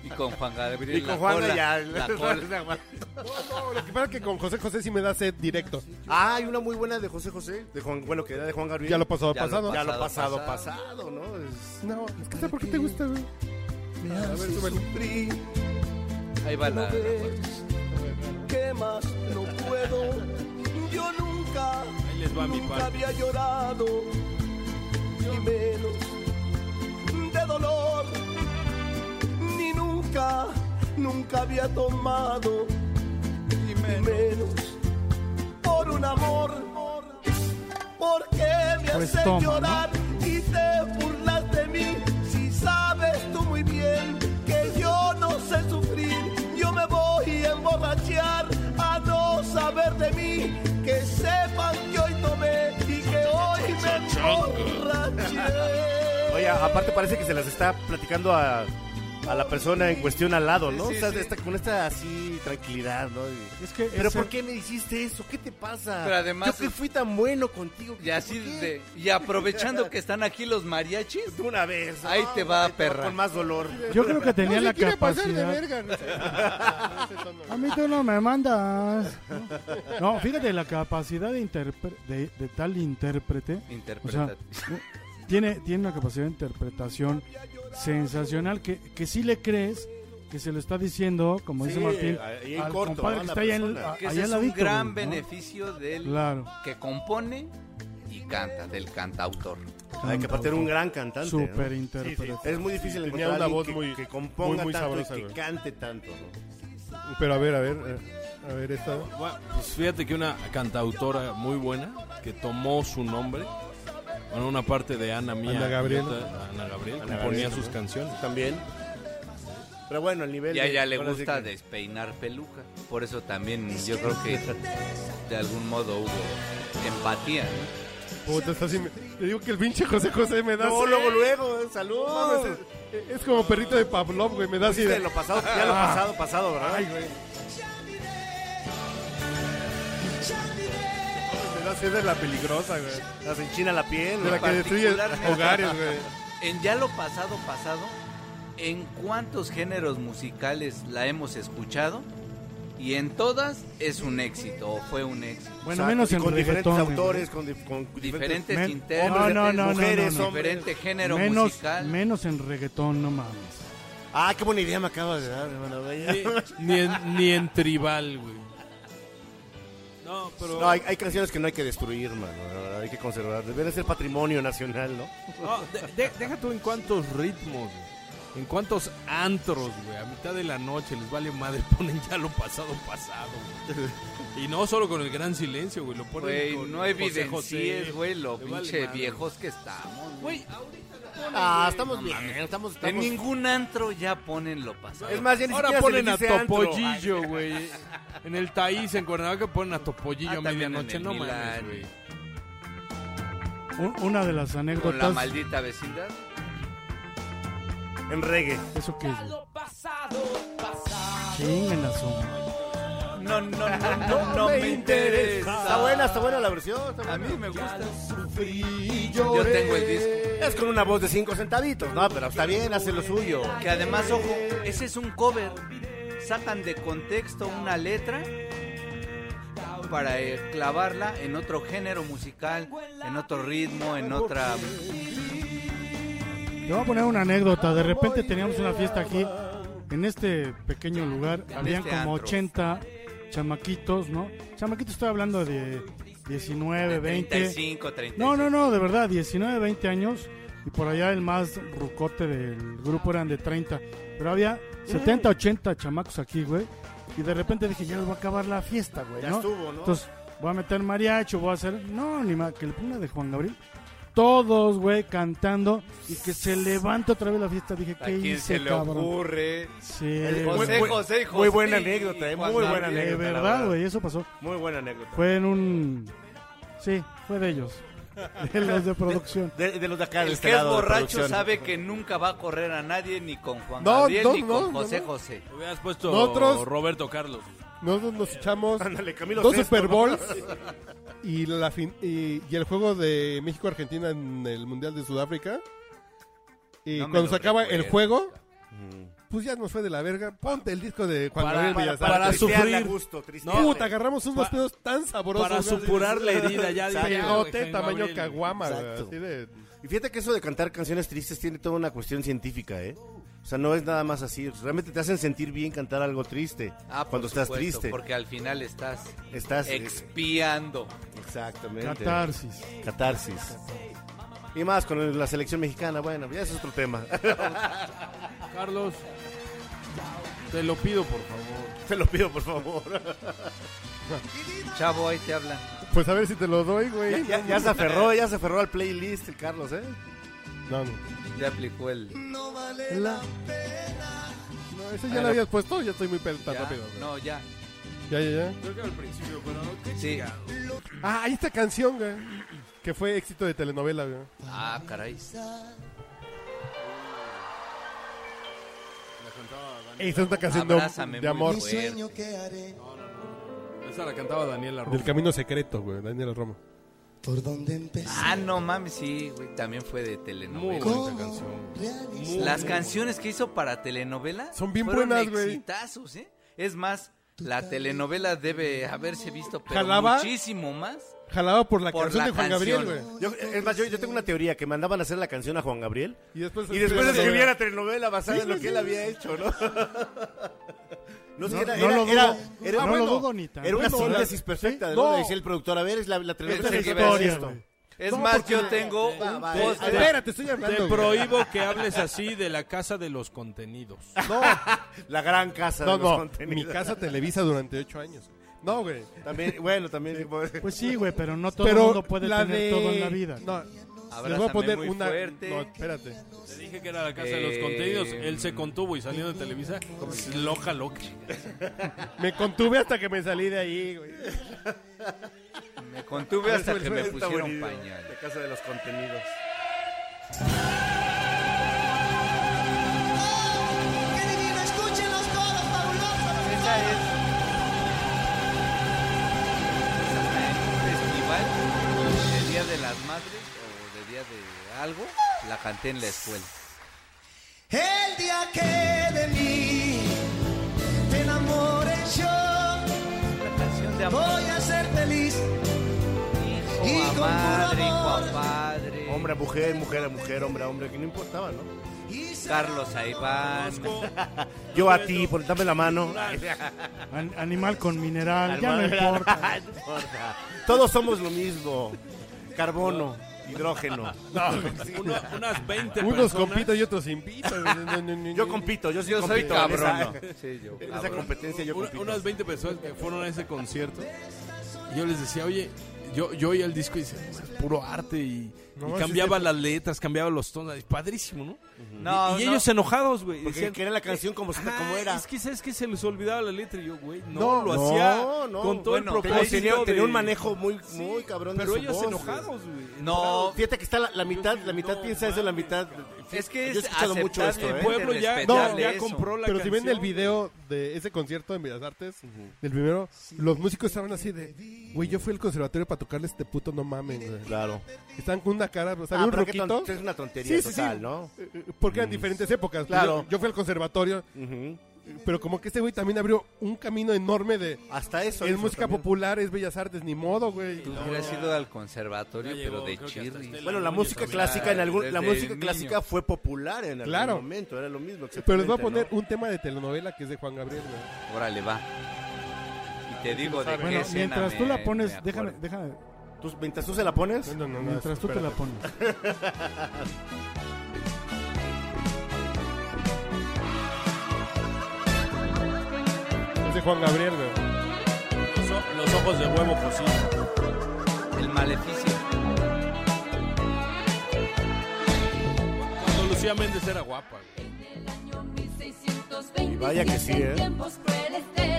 Speaker 1: Y con Juan Gabriel.
Speaker 5: Y con
Speaker 1: la
Speaker 5: Juan
Speaker 1: cola,
Speaker 5: ya.
Speaker 1: la cola.
Speaker 4: No, lo que pasa es que con José José sí me da sed directo.
Speaker 5: Ah, hay una muy buena de José José. De Juan, bueno, que era de Juan Gabriel.
Speaker 4: Ya lo pasado,
Speaker 1: Ya lo
Speaker 4: pasado.
Speaker 5: Ya lo pasado,
Speaker 1: Pasado,
Speaker 5: pasado, ¿no? Es-
Speaker 4: No, es que ¿sabes por qué te gusta, güey? A ver, súbelo.
Speaker 1: Ahí va la.
Speaker 2: ¿Qué más no puedo? Yo nunca,
Speaker 8: Ahí les va mi
Speaker 2: nunca
Speaker 8: parte.
Speaker 2: había llorado, ni menos de dolor, ni nunca, nunca había tomado, ni menos por un amor. ¿Por qué me
Speaker 3: Pues
Speaker 2: haces
Speaker 3: toma, ¿no?
Speaker 2: llorar y te burlas de mí? Si sabes tú muy bien que yo no sé sufrir, yo me voy a emborrachar a no saber de mí. Que sepan que hoy tomé y que hoy me emborraché.
Speaker 5: Oye, aparte parece que se las está platicando a, a la persona en cuestión al lado, ¿no?
Speaker 1: Sí, sí,
Speaker 5: o sea,
Speaker 1: sí.
Speaker 5: esta- con esta así tranquilidad, ¿no? Y-
Speaker 3: Es que
Speaker 5: Pero
Speaker 3: ese-
Speaker 5: ¿por qué me hiciste eso? ¿Qué te pasa?
Speaker 1: Pero además-
Speaker 5: Yo que fui tan bueno contigo.
Speaker 1: Y así
Speaker 5: ¿por qué?
Speaker 1: de- y aprovechando que están aquí los mariachis,
Speaker 5: De una vez.
Speaker 1: Ahí te va, perra.
Speaker 5: Con más dolor.
Speaker 3: Yo creo que tenía
Speaker 4: No se
Speaker 3: la
Speaker 4: quiere pasar de
Speaker 3: capacidad.
Speaker 4: verga, no sé. No sé, no, no.
Speaker 3: A mí tú no me mandas. No, fíjate la capacidad de, interpre- de, de tal intérprete. O sea,
Speaker 1: interpreta.
Speaker 3: tiene, tiene una capacidad de interpretación sensacional que, que sí le crees que se lo está diciendo, como dice
Speaker 5: Sí,
Speaker 3: Martín,
Speaker 5: ahí en
Speaker 3: al
Speaker 5: corto,
Speaker 3: compadre
Speaker 5: ¿no?
Speaker 3: que
Speaker 5: La
Speaker 3: está allá, en,
Speaker 5: persona.
Speaker 3: a-
Speaker 1: que
Speaker 3: allá
Speaker 1: ese
Speaker 3: al
Speaker 1: es un
Speaker 3: ladito,
Speaker 1: gran
Speaker 3: güey, ¿no?
Speaker 1: beneficio del
Speaker 3: Claro.
Speaker 1: que compone y canta, del cantautor.
Speaker 5: Hay que aparte era un gran cantante. ¿no?
Speaker 3: Super intérprete.
Speaker 5: Es muy difícil
Speaker 4: Tenía
Speaker 5: encontrar
Speaker 4: una
Speaker 5: alguien
Speaker 4: voz
Speaker 5: que,
Speaker 4: muy-
Speaker 5: que componga
Speaker 4: muy, muy
Speaker 5: tanto
Speaker 4: sabrosa,
Speaker 5: y que
Speaker 4: güey.
Speaker 5: cante tanto. ¿no?
Speaker 4: Pero a ver, a ver, eh, a ver esta.
Speaker 8: Bueno, pues fíjate que una cantautora muy buena que tomó su nombre, bueno, una parte de Ana Mía.
Speaker 4: Ana Gabriel.
Speaker 8: Julieta, Ana Gabriel,
Speaker 5: Ana
Speaker 8: componía
Speaker 5: Gabriel,
Speaker 8: sus
Speaker 5: ¿no?
Speaker 8: canciones.
Speaker 5: También. Pero bueno, el nivel.
Speaker 1: Y a
Speaker 5: de-
Speaker 1: ella le
Speaker 5: ahora sí
Speaker 1: gusta
Speaker 5: que-
Speaker 1: despeinar peluca. Por eso también yo creo que de algún modo hubo empatía. ¿no?
Speaker 4: Puta, está así. me- Te digo que el pinche José José me da.
Speaker 5: No,
Speaker 4: sed.
Speaker 5: luego, luego, eh,
Speaker 4: No,
Speaker 5: salud.
Speaker 4: mames, es, es como perrito de Pavlov, güey. Me da así.
Speaker 5: Viste,
Speaker 4: De... Ah.
Speaker 5: lo pasado, ya lo pasado, pasado, ¿verdad?
Speaker 4: Me da sed de la peligrosa, güey. De
Speaker 5: Las enchina la piel.
Speaker 4: la que destruye
Speaker 1: Particularmente.
Speaker 4: hogares, güey.
Speaker 1: En ya lo pasado, pasado, ¿en cuántos géneros musicales la hemos escuchado? Y en todas es un éxito o fue un éxito.
Speaker 3: Bueno,
Speaker 5: Exacto,
Speaker 3: menos
Speaker 5: y
Speaker 3: en
Speaker 5: con diferentes
Speaker 3: reggaetón,
Speaker 5: autores, con, di- con diferentes...
Speaker 1: Diferentes
Speaker 3: Men-
Speaker 1: intérpretes,
Speaker 3: No, no, no, no,
Speaker 1: mujeres,
Speaker 5: no, no.
Speaker 1: diferente género
Speaker 3: menos,
Speaker 1: musical.
Speaker 3: menos en reggaetón, no mames.
Speaker 5: Ah, qué buena idea me acabas de dar, hermano.
Speaker 8: Ni, ni en, ni en tribal, güey.
Speaker 6: No, pero.
Speaker 5: No, hay, hay canciones que no hay que destruir, mano. la verdad, Hay que conservar. Deben ser patrimonio nacional, ¿no?
Speaker 6: No, de- de- deja tú en cuántos ritmos, güey. En cuántos antros, güey. A mitad de la noche les vale madre. Ponen ya lo pasado, pasado, güey. Y no solo con el gran silencio, güey. Lo ponen
Speaker 1: Güey,
Speaker 6: con
Speaker 1: no
Speaker 6: José
Speaker 1: evidencies,
Speaker 6: José.
Speaker 1: güey, lo
Speaker 6: Le vale
Speaker 1: pinche
Speaker 6: madre.
Speaker 1: viejos que estamos. güey.
Speaker 5: Ah, estamos bien. Estamos,
Speaker 1: En
Speaker 5: estamos-
Speaker 1: ningún antro ya ponen lo pasado.
Speaker 5: Es más, ya Ah, ni
Speaker 6: Ahora
Speaker 5: siquiera se le
Speaker 6: ponen a
Speaker 5: dice antro.
Speaker 6: Topollillo, güey. En el Taís, en Cuernavaca, ponen a Topollillo
Speaker 1: Ah,
Speaker 6: a
Speaker 1: también en
Speaker 6: medianoche.
Speaker 1: el
Speaker 6: No
Speaker 1: Milán.
Speaker 6: mames, güey.
Speaker 3: Un- Una de las
Speaker 1: con la
Speaker 3: anécdotas.
Speaker 1: maldita vecindad.
Speaker 5: En reggae.
Speaker 3: ¿Eso qué es? Chinguen a su-
Speaker 1: No, no, no, no, no me
Speaker 5: Está
Speaker 1: interesa.
Speaker 5: buena, está buena la versión. está
Speaker 1: A
Speaker 5: buena.
Speaker 1: mí me gusta. Yo tengo el disco.
Speaker 5: Es con una voz de cinco centavitos, ¿no? Pero está bien, hace lo suyo.
Speaker 1: Que además, ojo, ese es un cover. Sacan de contexto una letra para eh, clavarla en otro género musical, en otro ritmo, en otra...
Speaker 3: Te voy a poner una anécdota. De repente teníamos una fiesta aquí. En este pequeño lugar habían
Speaker 1: este
Speaker 3: como
Speaker 1: antro.
Speaker 3: 80 chamaquitos, ¿no? Chamaquitos, estoy hablando de 19,
Speaker 1: de
Speaker 3: 20.
Speaker 1: 35, 30.
Speaker 3: No, no, no, de verdad, 19, 20 años. Y por allá el más rucote del grupo eran de 30. Pero había 70, 80 chamacos aquí, güey. Y de repente dije, ya les voy a acabar la fiesta, güey.
Speaker 5: Ya
Speaker 3: ¿no?
Speaker 5: estuvo, ¿no?
Speaker 3: Entonces, voy a meter mariachi, voy a hacer. No, ni más, que el una de Juan Gabriel. Todos, güey, cantando. Y que se levanta otra vez la fiesta. Dije,
Speaker 1: ¿A
Speaker 3: ¿qué
Speaker 1: quién
Speaker 3: hice,
Speaker 1: se le
Speaker 3: cabrón?
Speaker 1: ocurre?
Speaker 3: Sí,
Speaker 1: José,
Speaker 5: Eh, muy-
Speaker 1: José, José.
Speaker 5: muy buena anécdota, eh,
Speaker 1: Juan
Speaker 5: muy buena
Speaker 1: Gabriel.
Speaker 3: de
Speaker 5: anécdota, la
Speaker 3: verdad,
Speaker 5: verdad.
Speaker 3: güey, eso pasó.
Speaker 5: Muy buena anécdota.
Speaker 3: Fue en un. Sí, fue de ellos. De los de producción.
Speaker 5: De, de los de acá, de
Speaker 1: El
Speaker 5: este
Speaker 1: que es
Speaker 5: lado de
Speaker 1: borracho
Speaker 5: producción.
Speaker 1: sabe que nunca va a correr a nadie, ni con Juan
Speaker 4: No,
Speaker 1: Gabriel,
Speaker 4: no,
Speaker 1: ni
Speaker 4: no,
Speaker 1: con
Speaker 4: no,
Speaker 1: José
Speaker 4: no.
Speaker 1: José.
Speaker 6: Hubieras puesto
Speaker 4: Nosotros-
Speaker 6: Roberto Carlos.
Speaker 4: Nosotros nos echamos
Speaker 5: Ándale, Camilo
Speaker 4: dos
Speaker 5: Sesto,
Speaker 4: Super
Speaker 5: ¿no?
Speaker 4: Bowls y, la fin- y, y el juego de México-Argentina en el Mundial de Sudáfrica. Y
Speaker 1: No me
Speaker 4: cuando
Speaker 1: lo
Speaker 4: se acaba el
Speaker 1: recuerdo.
Speaker 4: juego, pues ya nos fue de la verga. Ponte el disco de Juan
Speaker 6: Para-
Speaker 4: Gabriel
Speaker 6: para-
Speaker 4: Villasarte.
Speaker 5: Para
Speaker 6: Para
Speaker 5: sufrir.
Speaker 6: sufrir.
Speaker 5: gusto, triste.
Speaker 4: Puta, agarramos unos
Speaker 6: Pa-
Speaker 4: pedos tan sabrosos.
Speaker 6: Para
Speaker 4: güey.
Speaker 6: supurar la herida ya. diría
Speaker 4: Pegote,
Speaker 6: Juan
Speaker 4: tamaño
Speaker 6: Gabriel.
Speaker 4: caguama, güey,
Speaker 5: Exacto.
Speaker 4: así de-
Speaker 5: Y fíjate que eso de cantar canciones tristes tiene toda una cuestión científica, ¿eh? O sea, no es nada más así. Realmente te hacen sentir bien cantar algo triste.
Speaker 1: Ah, por
Speaker 5: cuando estás
Speaker 1: supuesto,
Speaker 5: triste.
Speaker 1: Porque al final estás
Speaker 5: Estás. eh,
Speaker 1: expiando.
Speaker 5: Exactamente.
Speaker 3: Catarsis.
Speaker 5: Catarsis. Y más con la selección mexicana. Bueno, ya ese es otro tema.
Speaker 6: Carlos, te lo pido, por favor.
Speaker 5: Te lo pido, por favor.
Speaker 1: Chavo, ahí te hablan.
Speaker 4: Pues a ver si te lo doy,
Speaker 5: Ya,
Speaker 4: güey.
Speaker 5: ya- ya se aferró, ya se aferró al playlist el Carlos, ¿eh?
Speaker 4: No, no.
Speaker 1: Ya aplicó el...
Speaker 4: No, ese ya lo habías puesto, ya estoy muy pel- tan
Speaker 1: ya,
Speaker 4: rápido. güey.
Speaker 1: No, ya.
Speaker 4: Ya, ya, ya.
Speaker 6: Creo que al principio, pero
Speaker 1: Sí.
Speaker 4: Ah, ahí esta canción, güey. Que fue éxito de telenovela, güey.
Speaker 1: Ah, caray.
Speaker 4: Esa es una canción de-
Speaker 1: Abrázame
Speaker 4: de amor.
Speaker 1: muy fuerte. Ah,
Speaker 6: esa la cantaba Daniela
Speaker 4: Del
Speaker 6: Romo.
Speaker 4: camino secreto, güey. Daniela Romo.
Speaker 2: ¿Por dónde empezar?
Speaker 1: Ah, no mames, sí, güey, también fue de
Speaker 6: Muy
Speaker 1: telenovela.
Speaker 6: bonita canción. Muy
Speaker 1: Las
Speaker 6: bonita.
Speaker 1: canciones que hizo para telenovela
Speaker 4: Son bien
Speaker 1: fueron
Speaker 4: buenas, güey.
Speaker 1: exitazos, ¿eh? Es más, la telenovela debe haberse visto pero
Speaker 4: Jalaba.
Speaker 1: muchísimo más.
Speaker 4: Jalaba por la
Speaker 1: Por
Speaker 4: canción
Speaker 1: la
Speaker 4: de Juan
Speaker 1: canción.
Speaker 4: Gabriel, güey.
Speaker 5: Yo, es más, yo, yo tengo una teoría que mandaban a hacer la canción a Juan Gabriel.
Speaker 4: Y después,
Speaker 5: Y después escribía
Speaker 4: escribieron
Speaker 5: la telenovela basada en lo que él había hecho, ¿no? No, sé,
Speaker 3: No,
Speaker 5: era,
Speaker 3: no
Speaker 5: era-
Speaker 3: lo dudo.
Speaker 5: era-
Speaker 3: No
Speaker 5: era-
Speaker 3: lo
Speaker 5: bueno,
Speaker 3: dudo ni tanto.
Speaker 5: Era una
Speaker 4: Bueno,
Speaker 5: síntesis perfecta, ¿no?
Speaker 4: no.
Speaker 5: Decía el productor, a ver, es la, la telenovela
Speaker 1: Pensé
Speaker 5: que
Speaker 1: que
Speaker 5: iba a hacer
Speaker 1: ibas a
Speaker 3: historia,
Speaker 5: esto.
Speaker 3: güey.
Speaker 1: Es más, yo tengo
Speaker 5: Va,
Speaker 1: un
Speaker 5: va,
Speaker 1: póster.
Speaker 5: eh,
Speaker 4: Espérate, estoy hablando.
Speaker 6: Te
Speaker 4: güey.
Speaker 6: prohíbo que hables así de la casa de los contenidos.
Speaker 5: La gran casa
Speaker 4: No,
Speaker 5: de los
Speaker 4: no. Mi
Speaker 5: contenidos.
Speaker 4: casa televisa durante ocho años. güey. No, güey.
Speaker 5: También, bueno, también.
Speaker 3: Pues sí, güey, pero no todo el
Speaker 4: Pero
Speaker 3: mundo puede
Speaker 4: la
Speaker 3: tener
Speaker 4: de...
Speaker 3: todo en la vida.
Speaker 4: No,
Speaker 1: Abrázame
Speaker 4: les voy a poner
Speaker 1: muy
Speaker 4: una...
Speaker 1: fuerte.
Speaker 4: No, espérate.
Speaker 6: Te dije que era la casa de los contenidos. Él se contuvo y salió de Televisa. Loca, loca.
Speaker 4: Me contuve hasta que me salí de ahí, güey.
Speaker 1: Me contuve hasta que me pusieron
Speaker 5: La
Speaker 1: pañal.
Speaker 5: casa de los contenidos.
Speaker 9: ¡Qué divino! ¡Escuchen los coros fabulosos!
Speaker 1: Esa es. Esa está en un festival de Día de las Madres o de Día de algo. La canté en la escuela.
Speaker 9: El día que de mí te enamores yo
Speaker 1: La canción de amor.
Speaker 9: voy a ser feliz.
Speaker 1: Hijo
Speaker 9: Y
Speaker 1: a
Speaker 9: con puro
Speaker 1: madre, hijo a
Speaker 9: amor.
Speaker 1: padre.
Speaker 5: Hombre a mujer, mujer a mujer, hombre a hombre, que no importaba, ¿no?
Speaker 1: Carlos Aiván.
Speaker 5: Yo a ti, por dame la mano.
Speaker 3: An- animal con mineral, ya no
Speaker 5: Almadra.
Speaker 3: importa.
Speaker 5: No importa. Todos somos lo mismo. Carbono, hidrógeno.
Speaker 8: Uno- unas 20
Speaker 4: Unos
Speaker 8: personas.
Speaker 4: con pito y otros sin pito.
Speaker 5: Yo compito, yo sí
Speaker 1: Yo soy
Speaker 5: compito.
Speaker 1: cabrón.
Speaker 5: En esa,
Speaker 1: Sí, yo,
Speaker 5: en esa
Speaker 1: cabrón.
Speaker 5: competencia yo
Speaker 8: Un-
Speaker 5: compito.
Speaker 8: unas 20 personas que fueron a ese concierto. Y yo les decía, oye, yo, yo oía el disco y decía, "Es puro arte. Y,
Speaker 4: No,
Speaker 8: y
Speaker 4: sí,
Speaker 8: cambiaba las letras, cambiaba los tonos. Es padrísimo, ¿no?
Speaker 1: No,
Speaker 8: y
Speaker 1: no.
Speaker 8: ellos enojados, güey.
Speaker 5: Porque
Speaker 8: decían,
Speaker 5: quería la canción como,
Speaker 8: "Ajá,
Speaker 5: como era.
Speaker 8: Es que sabes que se les olvidaba la letra. Y yo, güey, no,
Speaker 5: No,
Speaker 8: lo
Speaker 5: no,
Speaker 8: hacía
Speaker 5: no.
Speaker 8: con todo
Speaker 1: Bueno,
Speaker 8: el
Speaker 5: Tenía,
Speaker 8: propósito.
Speaker 5: tenía- tenía un
Speaker 8: de-
Speaker 5: manejo muy, muy cabrón de
Speaker 8: Pero
Speaker 5: su
Speaker 8: ellos
Speaker 5: voz, güey.
Speaker 8: enojados, güey.
Speaker 1: No,
Speaker 5: Fíjate que está la, la mitad, la mitad
Speaker 8: No,
Speaker 5: piensa eso, la mitad.
Speaker 1: es que
Speaker 5: Yo
Speaker 1: es
Speaker 5: he escuchado mucho esto,
Speaker 1: aceptable,
Speaker 5: ¿eh?
Speaker 8: El pueblo ya,
Speaker 1: respetable
Speaker 8: no, ya
Speaker 1: eso.
Speaker 8: compró la
Speaker 4: Pero si ven
Speaker 8: canción,
Speaker 4: el video de ese concierto en Bellas Artes,
Speaker 5: Ah,
Speaker 4: del primero, los músicos estaban así de, güey, yo fui al conservatorio para tocarle este puto, no mamen, güey.
Speaker 5: Claro.
Speaker 4: Estaban con una cara, o sea,
Speaker 5: Ah,
Speaker 4: había un
Speaker 5: pero qué
Speaker 4: roquito.
Speaker 5: ton- es una tontería
Speaker 4: Sí, sí,
Speaker 5: total,
Speaker 4: sí. Eh,
Speaker 5: ¿no?
Speaker 4: Porque eran diferentes épocas.
Speaker 5: Claro.
Speaker 4: Yo, yo fui al conservatorio,
Speaker 5: Ujú.
Speaker 4: pero como que este güey también abrió un camino enorme de...
Speaker 5: Hasta eso.
Speaker 4: es
Speaker 5: hizo
Speaker 4: música
Speaker 5: también.
Speaker 4: popular, es bellas artes, ni modo, güey.
Speaker 1: Tú hubieras ido al conservatorio,
Speaker 8: Ya llegó,
Speaker 1: pero de
Speaker 8: creo que hasta
Speaker 1: chirri.
Speaker 8: este
Speaker 5: Bueno, la música
Speaker 1: también.
Speaker 5: clásica en algún, la
Speaker 1: Desde
Speaker 5: música
Speaker 1: niño.
Speaker 5: clásica fue popular en algún
Speaker 4: Claro.
Speaker 5: momento, era lo mismo.
Speaker 4: Pero les voy a poner
Speaker 5: exactamente,
Speaker 4: un tema de telenovela que es de Juan Gabriel, güey.
Speaker 1: Órale, va. Y te digo de qué
Speaker 3: Bueno,
Speaker 1: escena
Speaker 3: mientras tú
Speaker 1: me-
Speaker 3: la pones,
Speaker 1: me
Speaker 3: déjame,
Speaker 1: acuerdo.
Speaker 3: déjame,
Speaker 5: ¿no? ¿Tú- mientras tú se la pones.
Speaker 4: No, no, no,
Speaker 3: mientras tú te la
Speaker 4: espérate.
Speaker 3: pones.
Speaker 4: Es de Juan Gabriel, güey.
Speaker 8: Los, o- los ojos de huevo cocido.
Speaker 1: El maleficio.
Speaker 8: Cuando Lucía Méndez era guapa, güey.
Speaker 5: Y vaya que sí, ¿eh?
Speaker 1: Este,